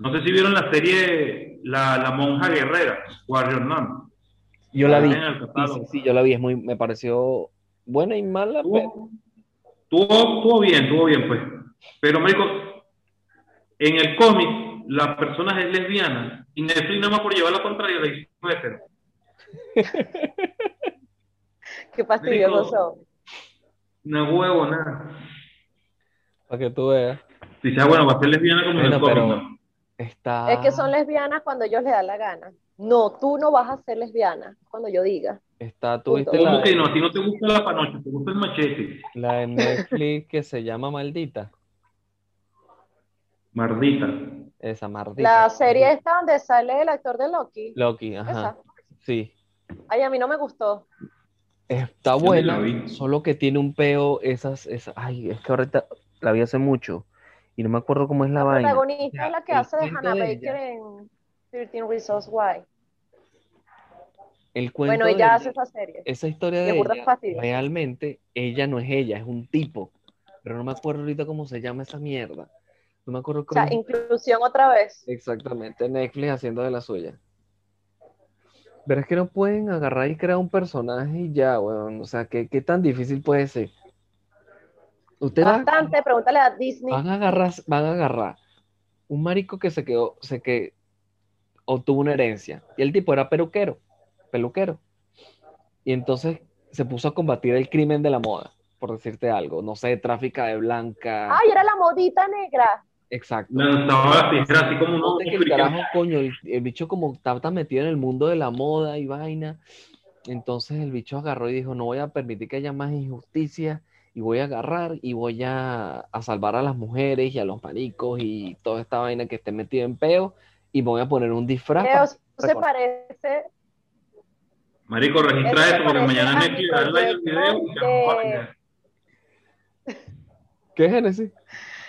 [SPEAKER 4] no sé si vieron la serie La, la Monja Guerrera, Warrior Nun.
[SPEAKER 2] Yo la vi.
[SPEAKER 4] En el
[SPEAKER 2] Sí, sí,
[SPEAKER 4] catálogo.
[SPEAKER 2] sí, yo la vi. Es muy, me pareció buena y mala. pero-
[SPEAKER 4] Estuvo, estuvo- estuvo bien, estuvo bien, pues. Pero, marico, en el cómic, la persona es lesbiana y Netflix nada más por llevar la contraria le hizo un hétero.
[SPEAKER 3] Qué fastidiosos
[SPEAKER 4] Marico.
[SPEAKER 3] son.
[SPEAKER 4] No huevo, nada.
[SPEAKER 2] Para que tú veas.
[SPEAKER 4] Dice, ah, bueno, va a ser lesbiana como en el
[SPEAKER 2] Bueno,
[SPEAKER 4] cómic.
[SPEAKER 2] pero-
[SPEAKER 4] ¿no?
[SPEAKER 2] Está.
[SPEAKER 3] Es que
[SPEAKER 2] Ah.
[SPEAKER 3] son lesbianas cuando ellos les da la gana. No, tú no vas a ser lesbiana cuando yo diga.
[SPEAKER 2] Está, tuviste
[SPEAKER 3] Punto.
[SPEAKER 2] la,
[SPEAKER 4] ¿Cómo que no? A ti no te gusta la panocha, te gusta el machete.
[SPEAKER 2] la de Netflix que se llama Maldita.
[SPEAKER 4] Mardita.
[SPEAKER 2] Esa, Mardita.
[SPEAKER 3] La serie esta donde sale el actor de Loki.
[SPEAKER 2] Loki,
[SPEAKER 3] Esa.
[SPEAKER 2] ajá. Sí.
[SPEAKER 3] Ay, a mí no me gustó.
[SPEAKER 2] Está
[SPEAKER 4] Yo ni
[SPEAKER 2] buena,
[SPEAKER 4] la vi.
[SPEAKER 2] solo que tiene un peo. Esas, esas. Ay, es que ahorita la vi hace mucho. Y no me acuerdo cómo es la
[SPEAKER 3] La
[SPEAKER 2] vaina.
[SPEAKER 3] protagonista
[SPEAKER 2] Ya,
[SPEAKER 3] es la que
[SPEAKER 2] el
[SPEAKER 3] hace de
[SPEAKER 2] cuento
[SPEAKER 3] Hannah
[SPEAKER 2] de
[SPEAKER 3] Baker
[SPEAKER 2] ella.
[SPEAKER 3] en 13 Reasons Why.
[SPEAKER 2] El cuento
[SPEAKER 3] Bueno,
[SPEAKER 2] de
[SPEAKER 3] ella
[SPEAKER 2] ella,
[SPEAKER 3] hace esa serie.
[SPEAKER 2] esa historia
[SPEAKER 3] Y
[SPEAKER 2] de
[SPEAKER 3] es burda
[SPEAKER 2] ella,
[SPEAKER 3] fácil.
[SPEAKER 2] realmente ella no es ella, es un tipo. Pero no me acuerdo ahorita cómo se llama esa mierda. No me acuerdo
[SPEAKER 3] O
[SPEAKER 2] cómo.
[SPEAKER 3] sea, inclusión otra vez.
[SPEAKER 2] Exactamente, Netflix haciendo de la suya. Pero es que no pueden agarrar y crear un personaje y ya, weón. O sea, ¿qué, qué tan difícil puede ser?
[SPEAKER 3] Ah,
[SPEAKER 2] Ustedes van,
[SPEAKER 3] Bastante, pregúntale a Disney.
[SPEAKER 2] van a agarrar, van a agarrar un marico que se quedó, se que obtuvo una herencia. Y el tipo era peluquero, peluquero. Y entonces se puso a combatir el crimen de la moda, por decirte algo. No sé, tráfica de blanca.
[SPEAKER 3] Ay, era la modita negra.
[SPEAKER 2] Exacto.
[SPEAKER 4] Lanzaba la tijera así como
[SPEAKER 2] No
[SPEAKER 4] un
[SPEAKER 2] sé que el carajo, coño, el, el bicho como está tan metido en el mundo de la moda y vaina. Entonces el bicho agarró y dijo, no voy a permitir que haya más injusticia y voy a agarrar y voy a, a salvar a las mujeres y a los maricos y toda esta vaina que esté metida en peo y me voy a poner un disfraz.
[SPEAKER 3] Que
[SPEAKER 2] para-
[SPEAKER 3] os- se parece
[SPEAKER 4] Marico, registra
[SPEAKER 3] Eso
[SPEAKER 4] eso porque
[SPEAKER 3] parece
[SPEAKER 4] mañana
[SPEAKER 3] a
[SPEAKER 4] Netflix le da
[SPEAKER 3] mi
[SPEAKER 4] like al video y ya,
[SPEAKER 3] proyecto
[SPEAKER 4] papi,
[SPEAKER 3] de-
[SPEAKER 4] ya.
[SPEAKER 2] ¿Qué Génesis?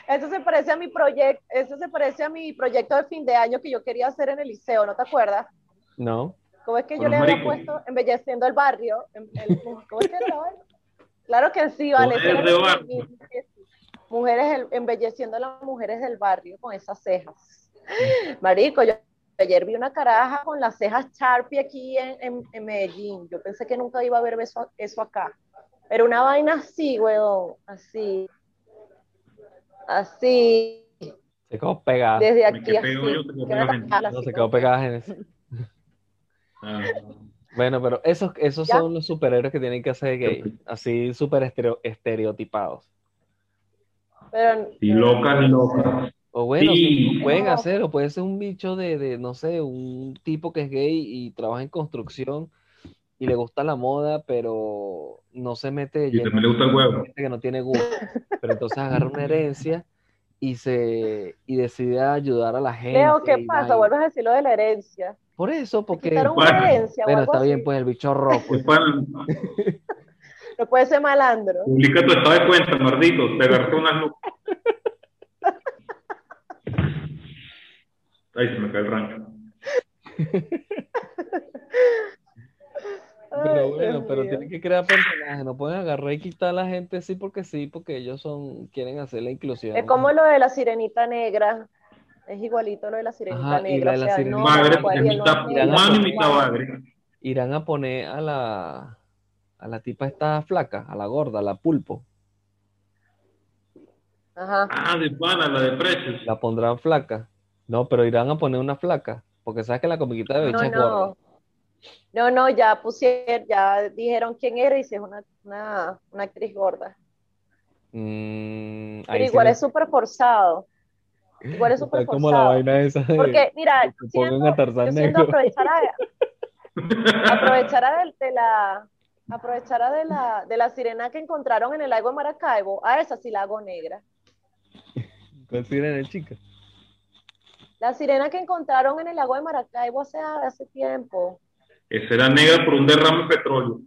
[SPEAKER 3] Eso se parece a mi proyecto, eso se parece a mi proyecto de fin de año que yo quería hacer en el liceo, ¿no te acuerdas?
[SPEAKER 2] No.
[SPEAKER 3] ¿Cómo es que
[SPEAKER 4] Con
[SPEAKER 3] yo
[SPEAKER 4] los
[SPEAKER 3] le había
[SPEAKER 4] maricos.
[SPEAKER 3] puesto embelleciendo el barrio? Em- el- ¿Cómo es que era? la vaina? Claro que sí, vale.
[SPEAKER 4] Mujeres
[SPEAKER 3] ese era
[SPEAKER 4] de
[SPEAKER 3] mi-
[SPEAKER 4] barrio.
[SPEAKER 3] mi- Mujeres el- embelleciendo a las mujeres del barrio con esas cejas. Marico, yo ayer vi una caraja con las cejas Sharpie aquí en, en- en Medellín. Yo pensé que nunca iba a ver eso, eso acá. Pero una vaina así, weón, así. Así.
[SPEAKER 2] Se quedó pegada.
[SPEAKER 3] Desde
[SPEAKER 4] Ah, Me
[SPEAKER 3] aquí
[SPEAKER 4] quedé
[SPEAKER 3] así.
[SPEAKER 4] pegado yo, te quedé
[SPEAKER 3] Quiero
[SPEAKER 4] pegado, gente.
[SPEAKER 3] atacarla
[SPEAKER 2] No,
[SPEAKER 3] así
[SPEAKER 2] se
[SPEAKER 3] como
[SPEAKER 2] quedó pegada Génesis.
[SPEAKER 4] Ah.
[SPEAKER 2] Bueno, pero esos, esos
[SPEAKER 3] ¿Ya?
[SPEAKER 2] son los superhéroes que tienen que hacer gay. Así súper estereo- estereotipados.
[SPEAKER 3] que- Pero,
[SPEAKER 4] Ni loca ni loca.
[SPEAKER 2] O bueno,
[SPEAKER 4] Sí.
[SPEAKER 2] si pueden
[SPEAKER 3] No.
[SPEAKER 2] hacer, o puede ser un bicho de, de, no sé, un tipo que es gay y trabaja en construcción y le gusta la moda, pero no se mete de
[SPEAKER 4] Y
[SPEAKER 2] lleno
[SPEAKER 4] también le gusta el huevo.
[SPEAKER 2] con gente que no tiene gusto. Pero entonces agarra una herencia y se y decide ayudar a la gente.
[SPEAKER 3] Leo, ¿qué
[SPEAKER 2] y
[SPEAKER 3] pasa?
[SPEAKER 2] vaina.
[SPEAKER 3] Vuelves a decir lo de la herencia.
[SPEAKER 2] Por eso,
[SPEAKER 3] Te
[SPEAKER 2] porque,
[SPEAKER 3] quitaron
[SPEAKER 2] bueno,
[SPEAKER 4] Bueno,
[SPEAKER 3] una herencia o algo
[SPEAKER 2] está bien,
[SPEAKER 3] así.
[SPEAKER 2] pues el bicho rojo.
[SPEAKER 4] Es para-
[SPEAKER 2] pues.
[SPEAKER 3] No puede ser malandro.
[SPEAKER 4] Publica tu estado de cuenta, mardito. Te agarró unas luces. Ay, se me cae el rancho.
[SPEAKER 2] Pero
[SPEAKER 3] Ay,
[SPEAKER 2] bueno,
[SPEAKER 3] Dios
[SPEAKER 2] pero
[SPEAKER 3] mío.
[SPEAKER 2] tienen que crear personajes, no pueden agarrar y quitar a la gente sí porque sí, porque ellos son, quieren hacer la inclusión.
[SPEAKER 3] Es como lo de la sirenita negra. Es igualito lo de la sirenita
[SPEAKER 2] Ajá, y
[SPEAKER 3] negra.
[SPEAKER 2] la de
[SPEAKER 3] o
[SPEAKER 2] la
[SPEAKER 3] sea,
[SPEAKER 2] sirenita
[SPEAKER 3] no,
[SPEAKER 4] Bagre,
[SPEAKER 3] Juan
[SPEAKER 4] es
[SPEAKER 3] Gabriel, no
[SPEAKER 4] mitad
[SPEAKER 3] es
[SPEAKER 2] mira, la-
[SPEAKER 3] negro.
[SPEAKER 4] humano y mitad bagre.
[SPEAKER 2] irán a poner a la a la tipa esta flaca, a la gorda, a la pulpo,
[SPEAKER 3] Ajá.
[SPEAKER 4] Ah, de pana, la de precios.
[SPEAKER 2] la pondrán flaca. No, pero irán a poner una flaca, porque sabes que la comiquita de
[SPEAKER 3] No,
[SPEAKER 2] bicha es gorda.
[SPEAKER 3] no. No, no, ya pusieron, ya dijeron quién era y si es una, una, una actriz gorda.
[SPEAKER 2] Mm, ahí
[SPEAKER 3] Pero
[SPEAKER 2] sí
[SPEAKER 3] igual
[SPEAKER 2] no-
[SPEAKER 3] es súper forzado. Igual es súper
[SPEAKER 2] es como la
[SPEAKER 3] forzado.
[SPEAKER 2] vaina esa de
[SPEAKER 3] Porque, mira,
[SPEAKER 2] que
[SPEAKER 3] yo
[SPEAKER 2] pongan
[SPEAKER 3] siento-
[SPEAKER 2] a Tarzán
[SPEAKER 3] yo siento
[SPEAKER 2] negro.
[SPEAKER 3] aprovechar a, aprovechar a del- de, la aprovechar a de la de la sirena que encontraron en el lago de Maracaibo a esa sí la hago negra
[SPEAKER 2] con sirena chica.
[SPEAKER 3] la sirena que encontraron en el lago de Maracaibo hace hace tiempo
[SPEAKER 4] Esa era negra por un derrame de petróleo.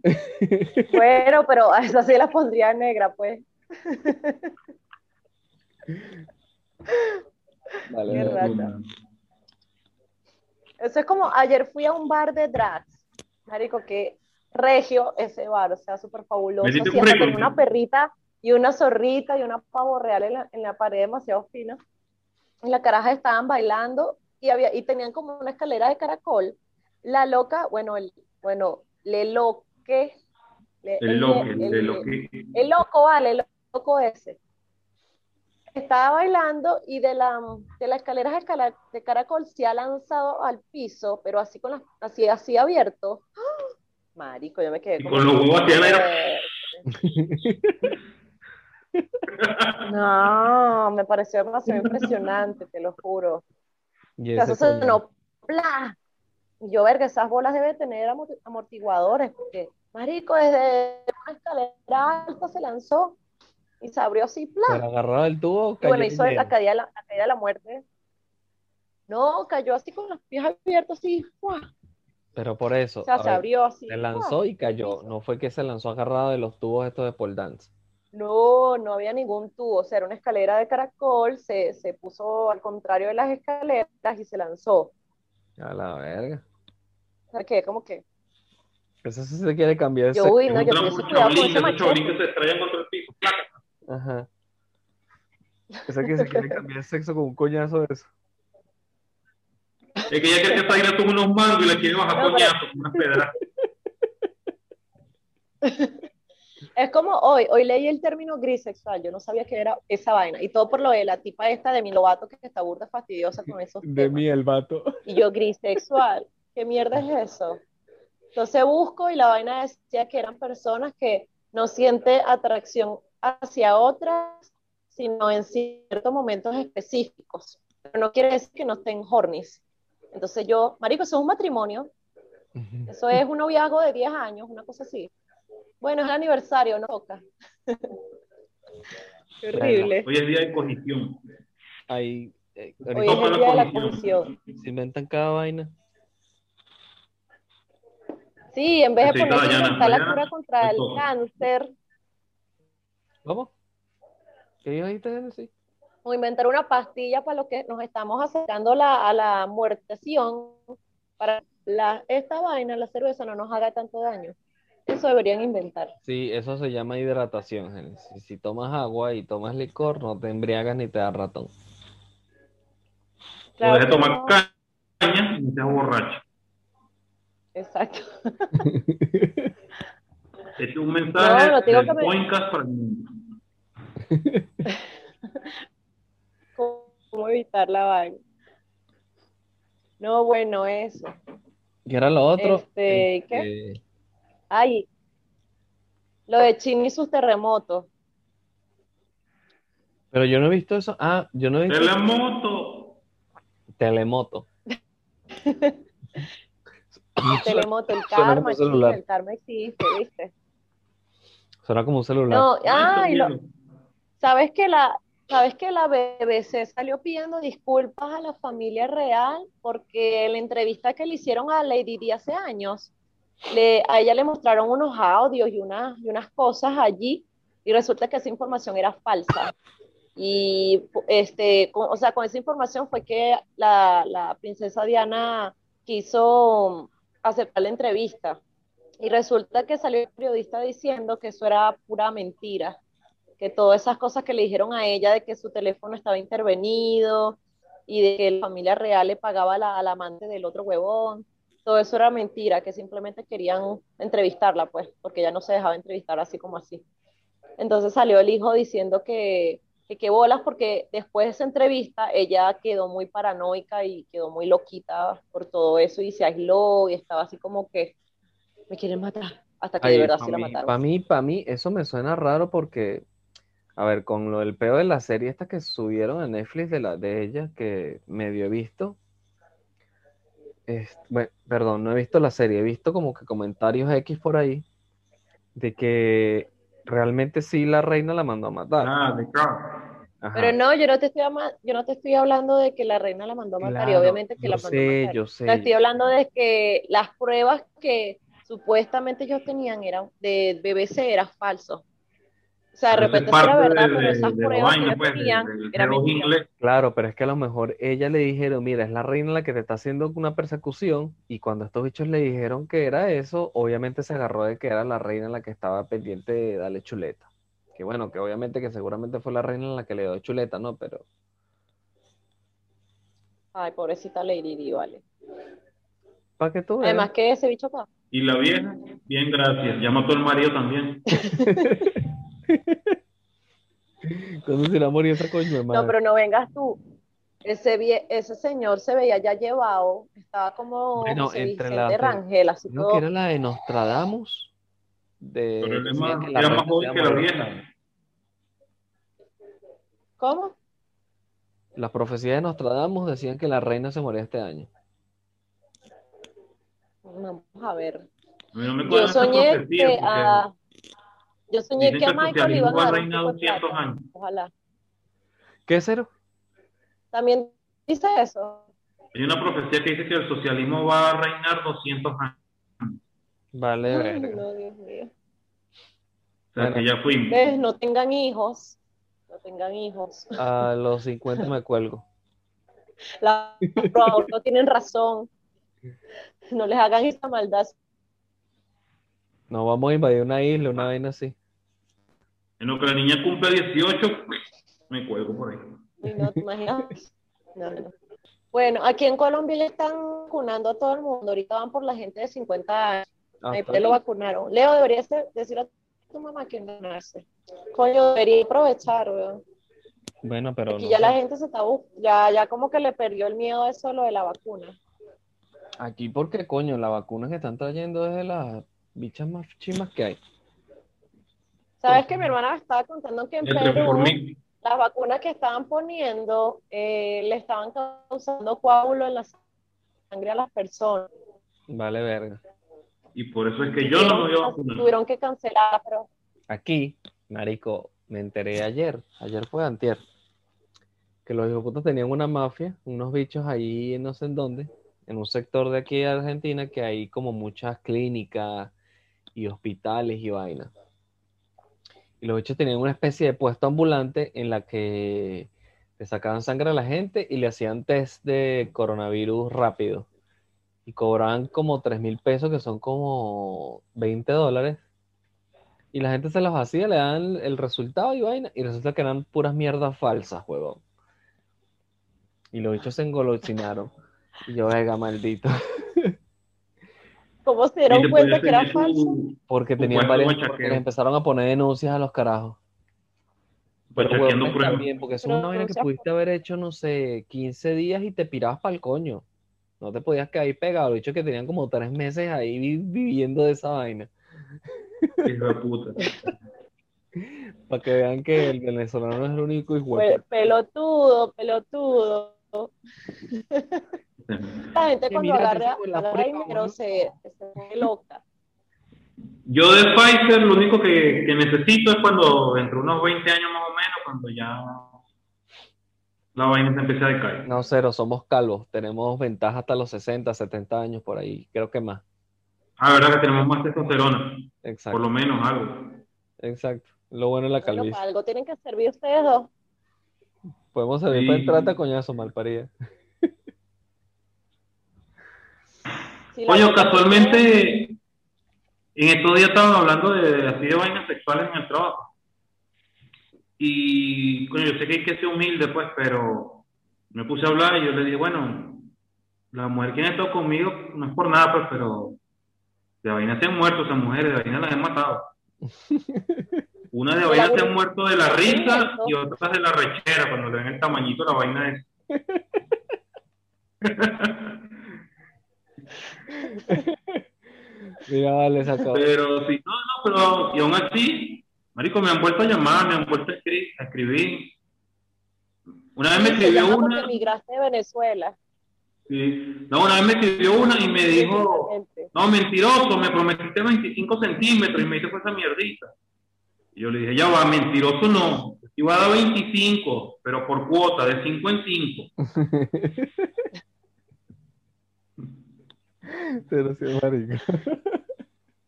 [SPEAKER 3] bueno pero a esa sí la pondría negra pues
[SPEAKER 2] Vale,
[SPEAKER 3] Qué
[SPEAKER 2] vale.
[SPEAKER 3] raro. eso es como ayer fui a un bar de drags marico que regio ese bar o sea súper fabuloso
[SPEAKER 4] Metiste un
[SPEAKER 3] siempre
[SPEAKER 4] frío.
[SPEAKER 3] tenía una perrita y una zorrita y una pavo real en la, en la pared demasiado fina. Y las carajas estaban bailando y, había, y tenían como una escalera de caracol. La loca, bueno, el, bueno, le loque. le-
[SPEAKER 4] El loco, el,
[SPEAKER 3] el-
[SPEAKER 4] el loque.
[SPEAKER 3] el loco, vale, el loco ese. Estaba bailando y de la, de las escaleras de, cala- de caracol se ha lanzado al piso, pero así con las, así, así abierto. ¡Ah! Marico, yo me quedé
[SPEAKER 4] Y
[SPEAKER 3] como-
[SPEAKER 4] con los huevos hacia el aire.
[SPEAKER 3] No, me pareció demasiado impresionante, te lo juro.
[SPEAKER 2] Y
[SPEAKER 3] O sea,
[SPEAKER 2] ese
[SPEAKER 3] eso se
[SPEAKER 2] coño.
[SPEAKER 3] no, ¡plá! Y Yo, verga, esas bolas deben tener amor- amortiguadores, porque, marico, desde una escalera alta se lanzó y se abrió así, ¡plá!
[SPEAKER 2] Se la agarraba el tubo,
[SPEAKER 3] Y
[SPEAKER 2] cayó
[SPEAKER 3] bueno,
[SPEAKER 2] en
[SPEAKER 3] hizo
[SPEAKER 2] medio.
[SPEAKER 3] la caída, de la, la caída de la muerte. No, cayó así con los pies abiertos, así. ¡fua!
[SPEAKER 2] Pero por eso,
[SPEAKER 3] O sea,
[SPEAKER 2] a
[SPEAKER 3] se
[SPEAKER 2] ver,
[SPEAKER 3] abrió "Ah, así.
[SPEAKER 2] se lanzó y cayó. No fue que se lanzó agarrado de los tubos estos de pole dance.
[SPEAKER 3] No, no había ningún tubo. O sea, era una escalera de caracol, se, se puso al contrario de las escaleras y se lanzó.
[SPEAKER 2] A la verga. Pues
[SPEAKER 3] O sea, que como que,
[SPEAKER 2] Eso sí se quiere cambiar de
[SPEAKER 3] yo, uy,
[SPEAKER 4] Es
[SPEAKER 3] no,
[SPEAKER 4] un
[SPEAKER 3] yo
[SPEAKER 4] gran
[SPEAKER 3] pienso cuidado con
[SPEAKER 4] chabolín,
[SPEAKER 3] ese
[SPEAKER 4] esos chabolín
[SPEAKER 3] machete.
[SPEAKER 4] que se estrellan contra el piso. ¡Placa!
[SPEAKER 2] sexo. Ajá. Esa que se quiere cambiar de sexo con un coñazo de eso.
[SPEAKER 4] Es que ella cree que esa vaina tuvo unos mangos y la quiere bajar
[SPEAKER 3] No, pero-
[SPEAKER 4] coñazos con unas pedras.
[SPEAKER 3] Es como hoy, hoy leí el término gris sexual, yo no sabía que era esa vaina. Y todo por lo de la tipa esta de mi lobato que está burda fastidiosa con esos
[SPEAKER 2] De
[SPEAKER 3] temas.
[SPEAKER 2] mí el vato.
[SPEAKER 3] Y yo, gris sexual, ¿qué mierda es eso? Entonces busco y la vaina decía que eran personas que no sienten atracción hacia otras, sino en ciertos momentos específicos. Pero no quiere decir que no estén hornis. Entonces yo, marico, eso es un matrimonio, eso es un noviazgo de 10 años, una cosa así. Bueno, es el aniversario, no toca. Qué horrible.
[SPEAKER 4] Hoy es día de cogición.
[SPEAKER 2] Ahí, eh,
[SPEAKER 3] Hoy
[SPEAKER 2] ahorita
[SPEAKER 3] es el día de la comisión.
[SPEAKER 2] se inventan cada vaina.
[SPEAKER 3] Sí, en vez de
[SPEAKER 4] Sí,
[SPEAKER 3] ponerse
[SPEAKER 4] Dayana,
[SPEAKER 3] a inventar la
[SPEAKER 4] Dayana,
[SPEAKER 3] cura contra el
[SPEAKER 4] eso.
[SPEAKER 3] cáncer,
[SPEAKER 2] ¿Cómo? ¿Qué dijiste, Nancy?
[SPEAKER 3] o inventar una pastilla para lo que nos estamos acercando la- a la muertación, para la, esta vaina, la cerveza, no nos haga tanto daño. Eso deberían inventar.
[SPEAKER 2] Sí, eso se llama hidratación, Helen. Si, si tomas agua y tomas licor, no te embriagas ni te da ratón.
[SPEAKER 4] O deja de
[SPEAKER 3] que
[SPEAKER 4] tomar
[SPEAKER 3] no.
[SPEAKER 4] caña y seas borracho.
[SPEAKER 3] Exacto.
[SPEAKER 4] Este es un mensaje
[SPEAKER 3] No, no, te digo
[SPEAKER 4] del
[SPEAKER 3] que me-
[SPEAKER 4] Poincast para el mundo.
[SPEAKER 3] ¿Cómo, cómo evitar la vaina? No, bueno, eso.
[SPEAKER 2] ¿Y era lo otro?
[SPEAKER 3] Este, ¿qué?
[SPEAKER 2] Este,
[SPEAKER 3] Ay, lo de Chini y sus terremotos.
[SPEAKER 2] Pero yo no he visto eso. Ah, yo no he visto
[SPEAKER 4] ¡De la moto!
[SPEAKER 2] telemoto.
[SPEAKER 3] Telemoto, el
[SPEAKER 2] Suena como
[SPEAKER 3] karma, Chini,
[SPEAKER 2] celular.
[SPEAKER 3] el karma existe, ¿viste?
[SPEAKER 2] Suena como un celular.
[SPEAKER 3] No, ay,
[SPEAKER 4] Ay,
[SPEAKER 3] lo,
[SPEAKER 4] miedo.
[SPEAKER 3] ¿Sabes que la, sabes que la BBC salió pidiendo disculpas a la familia real porque en la entrevista que le hicieron a Lady Di hace años, le, a ella le mostraron unos audios y unas, y unas cosas allí y resulta que esa información era falsa. Y este, con- o sea, con esa información fue que la, la princesa Diana quiso aceptar la entrevista. Y resulta que salió el periodista diciendo que eso era pura mentira que todas esas cosas que le dijeron a ella de que su teléfono estaba intervenido y de que la familia real le pagaba a la, al amante del otro huevón, todo eso era mentira, que simplemente querían entrevistarla, pues, porque ella no se dejaba entrevistar así como así. Entonces salió el hijo diciendo que que qué bolas, porque después de esa entrevista ella quedó muy paranoica y quedó muy loquita por todo eso y se aisló y estaba así como que me quieren matar, hasta que de verdad sí la mataron.
[SPEAKER 2] Para mí, para mí, eso me suena raro porque, a ver, con lo del peo de la serie esta que subieron a Netflix de la de ella, que medio he visto. es- bueno, perdón, no he visto la serie, he visto como que comentarios X por ahí de que realmente sí la reina la mandó a matar.
[SPEAKER 4] Ah, de claro.
[SPEAKER 2] Ajá.
[SPEAKER 3] Pero no, yo no te estoy ama- yo no te estoy hablando de que la reina la mandó a matar, y
[SPEAKER 2] Claro,
[SPEAKER 3] obviamente que
[SPEAKER 2] yo
[SPEAKER 3] la mandó
[SPEAKER 2] sé,
[SPEAKER 3] a matar.
[SPEAKER 2] yo sé,
[SPEAKER 3] Te estoy
[SPEAKER 2] yo
[SPEAKER 3] hablando
[SPEAKER 2] sé.
[SPEAKER 3] de que las pruebas que supuestamente ellos tenían eran de BBC eran falsos. O sea, de
[SPEAKER 4] Eso es
[SPEAKER 3] repente sí era
[SPEAKER 4] parte
[SPEAKER 3] verdad,
[SPEAKER 4] de-
[SPEAKER 3] pero esas
[SPEAKER 4] de la
[SPEAKER 3] pruebas que
[SPEAKER 4] vaina,
[SPEAKER 3] ellos
[SPEAKER 4] pues, de-
[SPEAKER 3] tenían
[SPEAKER 4] del
[SPEAKER 3] eran
[SPEAKER 4] reloj
[SPEAKER 3] mentiras.
[SPEAKER 4] inglés.
[SPEAKER 2] Claro, pero es que a lo mejor ella le dijeron, mira, es la reina la que te está haciendo una persecución, y cuando estos bichos le dijeron que era eso, obviamente se agarró de que era la reina la que estaba pendiente de darle chuleta. Que bueno, que obviamente que seguramente fue la reina la que le dio chuleta, ¿no? Pero
[SPEAKER 3] Ay, pobrecita Lady Di, vale.
[SPEAKER 2] para que tú veas.
[SPEAKER 3] Además que ese bicho pa.
[SPEAKER 4] Y la vieja, bien, gracias. Ya mató el marido también.
[SPEAKER 2] Entonces el amor y esa coño de
[SPEAKER 3] No,
[SPEAKER 2] madre.
[SPEAKER 3] pero no vengas tú. Ese, vie- ese señor se veía ya llevado, estaba como
[SPEAKER 2] Bueno,
[SPEAKER 3] José
[SPEAKER 2] entre
[SPEAKER 3] Vicente
[SPEAKER 2] la-
[SPEAKER 3] Rangel, así
[SPEAKER 2] Creo
[SPEAKER 3] todo.
[SPEAKER 2] que era la de Nostradamus. De,
[SPEAKER 4] Pero él es
[SPEAKER 2] decía
[SPEAKER 4] más-
[SPEAKER 2] que la
[SPEAKER 4] era más
[SPEAKER 2] reina
[SPEAKER 4] joven
[SPEAKER 2] se
[SPEAKER 4] que la
[SPEAKER 2] llama-
[SPEAKER 4] vieja.
[SPEAKER 3] ¿Cómo?
[SPEAKER 2] Las profecías de Nostradamus decían que la reina se moría este año.
[SPEAKER 3] Vamos a ver.
[SPEAKER 4] A mí no me
[SPEAKER 3] Yo
[SPEAKER 4] cuadran esas
[SPEAKER 3] soñé
[SPEAKER 4] profecías,
[SPEAKER 3] que
[SPEAKER 4] porque
[SPEAKER 3] a, yo soñé
[SPEAKER 4] dicen
[SPEAKER 3] que a
[SPEAKER 4] que el
[SPEAKER 3] Michael le
[SPEAKER 4] socialismo
[SPEAKER 3] iban a
[SPEAKER 4] ha
[SPEAKER 3] dar un
[SPEAKER 4] reinado
[SPEAKER 3] poco de
[SPEAKER 4] 200
[SPEAKER 3] plata.
[SPEAKER 4] años.
[SPEAKER 3] Ojalá.
[SPEAKER 2] ¿Qué cero?
[SPEAKER 3] También dice eso.
[SPEAKER 4] Hay una profecía que dice que el socialismo va a reinar 200 años.
[SPEAKER 3] Mm.
[SPEAKER 2] Vale,
[SPEAKER 3] Ay,
[SPEAKER 2] verga.
[SPEAKER 3] no, Dios mío.
[SPEAKER 4] O sea, que ya fuimos.
[SPEAKER 3] ¿Ves? No tengan hijos. No tengan hijos.
[SPEAKER 2] A los 50 me cuelgo.
[SPEAKER 3] La- Los Raúl no tienen razón. No les hagan esa maldad.
[SPEAKER 2] No vamos a invadir una isla, una vaina así.
[SPEAKER 4] En lo que la niña cumple 18, me cuelgo por ahí.
[SPEAKER 3] Uy, no, ¿te imaginas? No, no. Bueno, aquí en Colombia le están vacunando a todo el mundo. Ahorita van por la gente de 50 años.
[SPEAKER 2] Ah,
[SPEAKER 3] Ahí
[SPEAKER 2] está-
[SPEAKER 3] lo vacunaron. Leo, debería ser- decirle a tu mamá que vacunarse. Coño, debería aprovechar, weón.
[SPEAKER 2] Bueno, pero
[SPEAKER 3] Aquí
[SPEAKER 2] no
[SPEAKER 3] ya
[SPEAKER 2] sé.
[SPEAKER 3] la gente se está... bu- Ya, ya como que le perdió el miedo a eso, lo de la vacuna.
[SPEAKER 2] Aquí porque coño, la vacuna que están trayendo es de las bichas más chimas que hay.
[SPEAKER 3] ¿Sabes que mi hermana me estaba contando que en
[SPEAKER 4] Entre
[SPEAKER 3] Perú...
[SPEAKER 4] por mí.
[SPEAKER 3] las vacunas que estaban poniendo eh, le estaban causando coágulo en la sangre a las personas.
[SPEAKER 2] Vale, verga.
[SPEAKER 4] Y por eso es que yo no me voy a vacunar.
[SPEAKER 3] Tuvieron que cancelar, pero
[SPEAKER 2] Aquí, marico, me enteré ayer, ayer fue antier, que los hijoputas tenían una mafia, unos bichos ahí no sé en dónde, en un sector de aquí de Argentina que hay como muchas clínicas y hospitales y vainas. Y los bichos tenían una especie de puesto ambulante en la que le sacaban sangre a la gente y le hacían test de coronavirus rápido. Y cobraban como 3 mil pesos, que son como 20 dólares. Y la gente se los hacía, le dan el resultado y vaina, y resulta que eran puras mierdas falsas, huevón. Y los bichos se engolosinaron. Y yo, venga, maldito.
[SPEAKER 3] ¿cómo se
[SPEAKER 4] Y
[SPEAKER 3] dieron
[SPEAKER 4] te
[SPEAKER 3] cuenta
[SPEAKER 4] podías
[SPEAKER 3] que era
[SPEAKER 4] tener tu-
[SPEAKER 3] falso?
[SPEAKER 2] Porque
[SPEAKER 4] Un
[SPEAKER 2] tenían
[SPEAKER 4] huevo
[SPEAKER 2] varias.
[SPEAKER 4] machaquero.
[SPEAKER 2] Porque les empezaron a poner denuncias a los carajos. Pero
[SPEAKER 4] machaqueando
[SPEAKER 2] huevones
[SPEAKER 4] Pues pruebas.
[SPEAKER 2] también, porque eso
[SPEAKER 3] Pero
[SPEAKER 2] es una vaina que
[SPEAKER 3] denuncias-
[SPEAKER 2] pudiste haber hecho, no sé, 15 días y te pirabas para el coño. No te podías quedar ahí pegado. Los bichos que tenían como tres meses ahí vi- viviendo de esa vaina.
[SPEAKER 4] Hijo de puta.
[SPEAKER 2] Para que vean que el venezolano es el único hijo. de
[SPEAKER 3] Pe- Pues, Pelotudo, pelotudo. La gente
[SPEAKER 2] Que
[SPEAKER 3] cuando
[SPEAKER 2] mira, te
[SPEAKER 3] agarra,
[SPEAKER 2] saco la
[SPEAKER 3] agarra
[SPEAKER 2] prueba,
[SPEAKER 3] dinero
[SPEAKER 2] boludo.
[SPEAKER 3] se, se pone loca.
[SPEAKER 4] Yo de Pfizer lo único que, que necesito es cuando, entre unos 20 años más o menos, cuando ya la vaina se empieza a decaer.
[SPEAKER 2] No, cero, somos calvos. Tenemos ventaja hasta los 60, 70 años por ahí. Creo que más.
[SPEAKER 4] Ah, verdad que tenemos más testosterona, por
[SPEAKER 2] Exacto,
[SPEAKER 4] lo menos algo.
[SPEAKER 2] exacto. Lo bueno es la
[SPEAKER 3] Bueno, para
[SPEAKER 2] calvicie.
[SPEAKER 3] algo tienen que servir ustedes dos.
[SPEAKER 2] Podemos servir para el
[SPEAKER 4] Sí.
[SPEAKER 2] trata, coñazo, malparida.
[SPEAKER 3] Si la
[SPEAKER 4] Oye,
[SPEAKER 3] gente-
[SPEAKER 4] casualmente, en estos días estábamos hablando de así de vainas sexuales en el trabajo. Y coño, yo sé que hay que ser humilde, pues, pero me puse a hablar y yo le dije, bueno, la mujer que ha estado conmigo no es por nada, pues, pero de vaina se han muerto esas mujeres, de vaina las han matado. Una de vaina se han muerto de la risa y otra de la rechera, cuando le ven el tamañito la vaina es.
[SPEAKER 2] Mira, vale, sacó.
[SPEAKER 4] Pero sí, no, no, pero y aún así, marico, me han vuelto a llamar, me han vuelto a escri- a escribir. Una vez me
[SPEAKER 3] Se llama
[SPEAKER 4] escribió
[SPEAKER 3] porque
[SPEAKER 4] una,
[SPEAKER 3] emigraste de Venezuela.
[SPEAKER 4] sí, no, una vez me escribió una y me dijo,
[SPEAKER 3] Exactamente.
[SPEAKER 4] no, mentiroso, me prometiste 25 centímetros y me hizo esa mierdita. Y yo le dije, ya va, mentiroso no, te iba a dar 25, pero por cuota, de 5 en 5.
[SPEAKER 2] Pero sí, marico.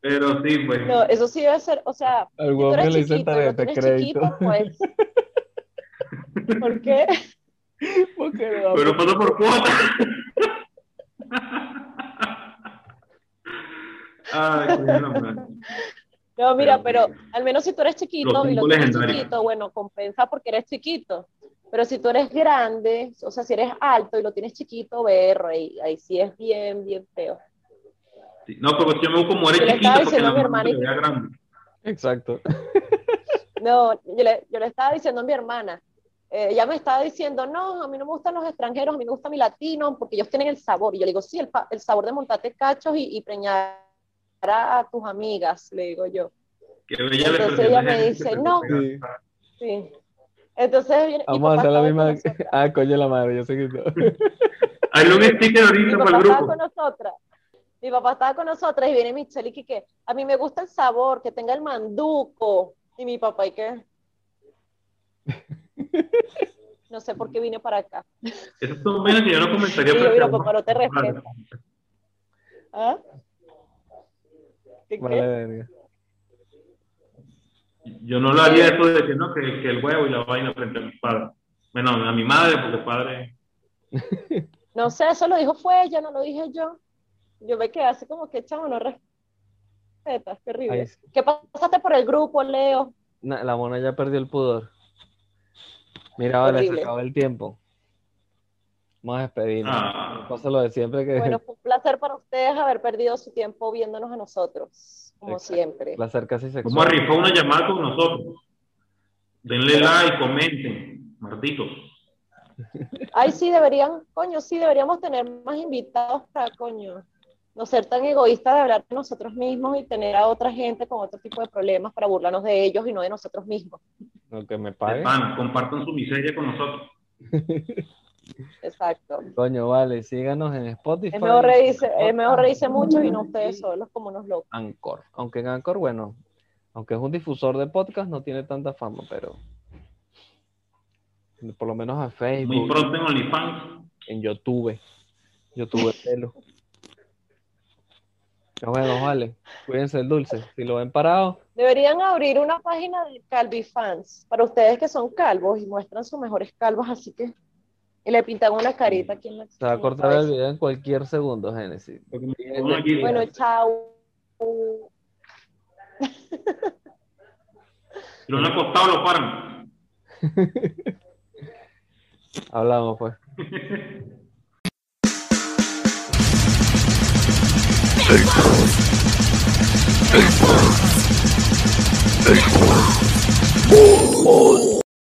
[SPEAKER 4] Pero sí, pues,
[SPEAKER 3] No, eso sí debe ser, o sea,
[SPEAKER 2] Al
[SPEAKER 3] Si tú
[SPEAKER 2] huevón
[SPEAKER 3] eres
[SPEAKER 2] que le dicen
[SPEAKER 3] chiquito y no
[SPEAKER 2] tarjeta de
[SPEAKER 3] tienes
[SPEAKER 2] crédito.
[SPEAKER 3] chiquito, pues. ¿Por qué?
[SPEAKER 2] Porque no da
[SPEAKER 4] pero pasó por cuota. pues. Ay, coño, la madre.
[SPEAKER 3] No, mira,
[SPEAKER 4] Pero-
[SPEAKER 3] pero al menos si tú eres chiquito
[SPEAKER 4] Los
[SPEAKER 3] y lo
[SPEAKER 4] cinco
[SPEAKER 3] tienes
[SPEAKER 4] legendarios.
[SPEAKER 3] chiquito, bueno, compensa porque eres chiquito. Pero si tú eres grande, o sea, si eres alto y lo tienes chiquito, ver, ahí, ahí sí es bien, bien feo.
[SPEAKER 4] Sí, No, porque yo me busco como eres
[SPEAKER 3] Yo le
[SPEAKER 4] chiquito
[SPEAKER 3] estaba
[SPEAKER 4] porque
[SPEAKER 3] diciendo
[SPEAKER 4] la
[SPEAKER 3] a mi
[SPEAKER 4] mamá
[SPEAKER 3] hermana
[SPEAKER 4] te vea grande.
[SPEAKER 2] Exacto.
[SPEAKER 3] No, yo le, yo le estaba diciendo a mi hermana, eh, ella me estaba diciendo, no, a mí no me gustan los extranjeros, a mí me gustan mis latinos, porque ellos tienen el sabor. Y yo le digo, sí, el, pa- el sabor de montarte cachos y, y preñar a tus amigas, le digo yo.
[SPEAKER 4] Que bella
[SPEAKER 3] Entonces
[SPEAKER 4] expresión
[SPEAKER 3] ella
[SPEAKER 4] de
[SPEAKER 3] me
[SPEAKER 4] gente
[SPEAKER 3] dice,
[SPEAKER 4] que te
[SPEAKER 3] "No".
[SPEAKER 4] pega.
[SPEAKER 2] Sí.
[SPEAKER 3] Sí. Entonces, viene- mi
[SPEAKER 2] Vamos a
[SPEAKER 3] papá
[SPEAKER 2] hacer la
[SPEAKER 3] estaba
[SPEAKER 2] misma.
[SPEAKER 3] con nosotras.
[SPEAKER 2] Ah, coño la madre, yo sé que no.
[SPEAKER 4] Hazle un sticker
[SPEAKER 3] mi
[SPEAKER 4] ahorita
[SPEAKER 3] papá
[SPEAKER 4] para el
[SPEAKER 3] estaba
[SPEAKER 4] grupo.
[SPEAKER 3] con nosotras. Mi papá estaba con nosotras y viene Michelle y que, que a mí me gusta el sabor, que tenga el manduco. Y mi papá y que no sé por qué vine para acá.
[SPEAKER 4] Esas son vainas que yo no comentaría.
[SPEAKER 3] Y yo,
[SPEAKER 4] porque
[SPEAKER 3] mira,
[SPEAKER 4] vamos
[SPEAKER 3] papá, no te
[SPEAKER 4] a hablar.
[SPEAKER 3] respeto. ¿Ah? ¿Qué, qué?
[SPEAKER 2] Vale, verga.
[SPEAKER 4] Yo no lo haría eso de que no, que, que el huevo y la vaina frente a mi padre. Bueno, a mi madre, porque padre.
[SPEAKER 3] No sé, eso lo dijo fue ella, no lo dije yo. Yo me quedé así como que chamo, no respetas, qué horrible.
[SPEAKER 2] Ahí sí.
[SPEAKER 3] ¿Qué pasaste por el grupo, Leo?
[SPEAKER 2] Na- la mona ya perdió el pudor. Mira, vale, se
[SPEAKER 3] Horrible.
[SPEAKER 2] acabó el tiempo. Vamos a despedirnos.
[SPEAKER 4] Ah.
[SPEAKER 2] Pasa lo de siempre que
[SPEAKER 3] Bueno, fue un placer para ustedes haber perdido su tiempo viéndonos a nosotros, como
[SPEAKER 2] Exacto.
[SPEAKER 3] siempre.
[SPEAKER 2] la cerca se
[SPEAKER 4] Vamos a rifar una llamada con nosotros. Denle like, comenten, malditos.
[SPEAKER 3] Ay, sí, deberían, coño, sí, deberíamos tener más invitados para, coño, no ser tan egoístas de hablar de nosotros mismos y tener a otra gente con otro tipo de problemas para burlarnos de ellos y no de nosotros mismos.
[SPEAKER 2] No, que me
[SPEAKER 4] De
[SPEAKER 2] pague.
[SPEAKER 4] pana, compartan su miseria con nosotros.
[SPEAKER 3] Exacto.
[SPEAKER 2] Coño, vale, síganos en Spotify.
[SPEAKER 3] Es mejor reírse, es mejor reírse mucho y no ustedes solos como unos locos.
[SPEAKER 2] Anchor. Aunque en Anchor, bueno, aunque es un difusor de podcast, no tiene tanta fama, pero por lo menos en Facebook,
[SPEAKER 4] Muy pronto en OnlyFans.
[SPEAKER 2] en YouTube, YouTube pelo. Nos vemos, vale. Cuídense el dulce. Si lo ven parado,
[SPEAKER 3] Deberían abrir una página de Calvifans para ustedes que son calvos y muestran sus mejores calvos, así que y le pintan una carita aquí en la,
[SPEAKER 2] se va a
[SPEAKER 3] en la
[SPEAKER 2] cortar el
[SPEAKER 3] cabeza.
[SPEAKER 2] video en cualquier segundo, Génesis.
[SPEAKER 4] Porque me pongo aquí.
[SPEAKER 3] Bueno, chao.
[SPEAKER 4] Si lo han acostado, lo paran.
[SPEAKER 2] Hablamos, pues.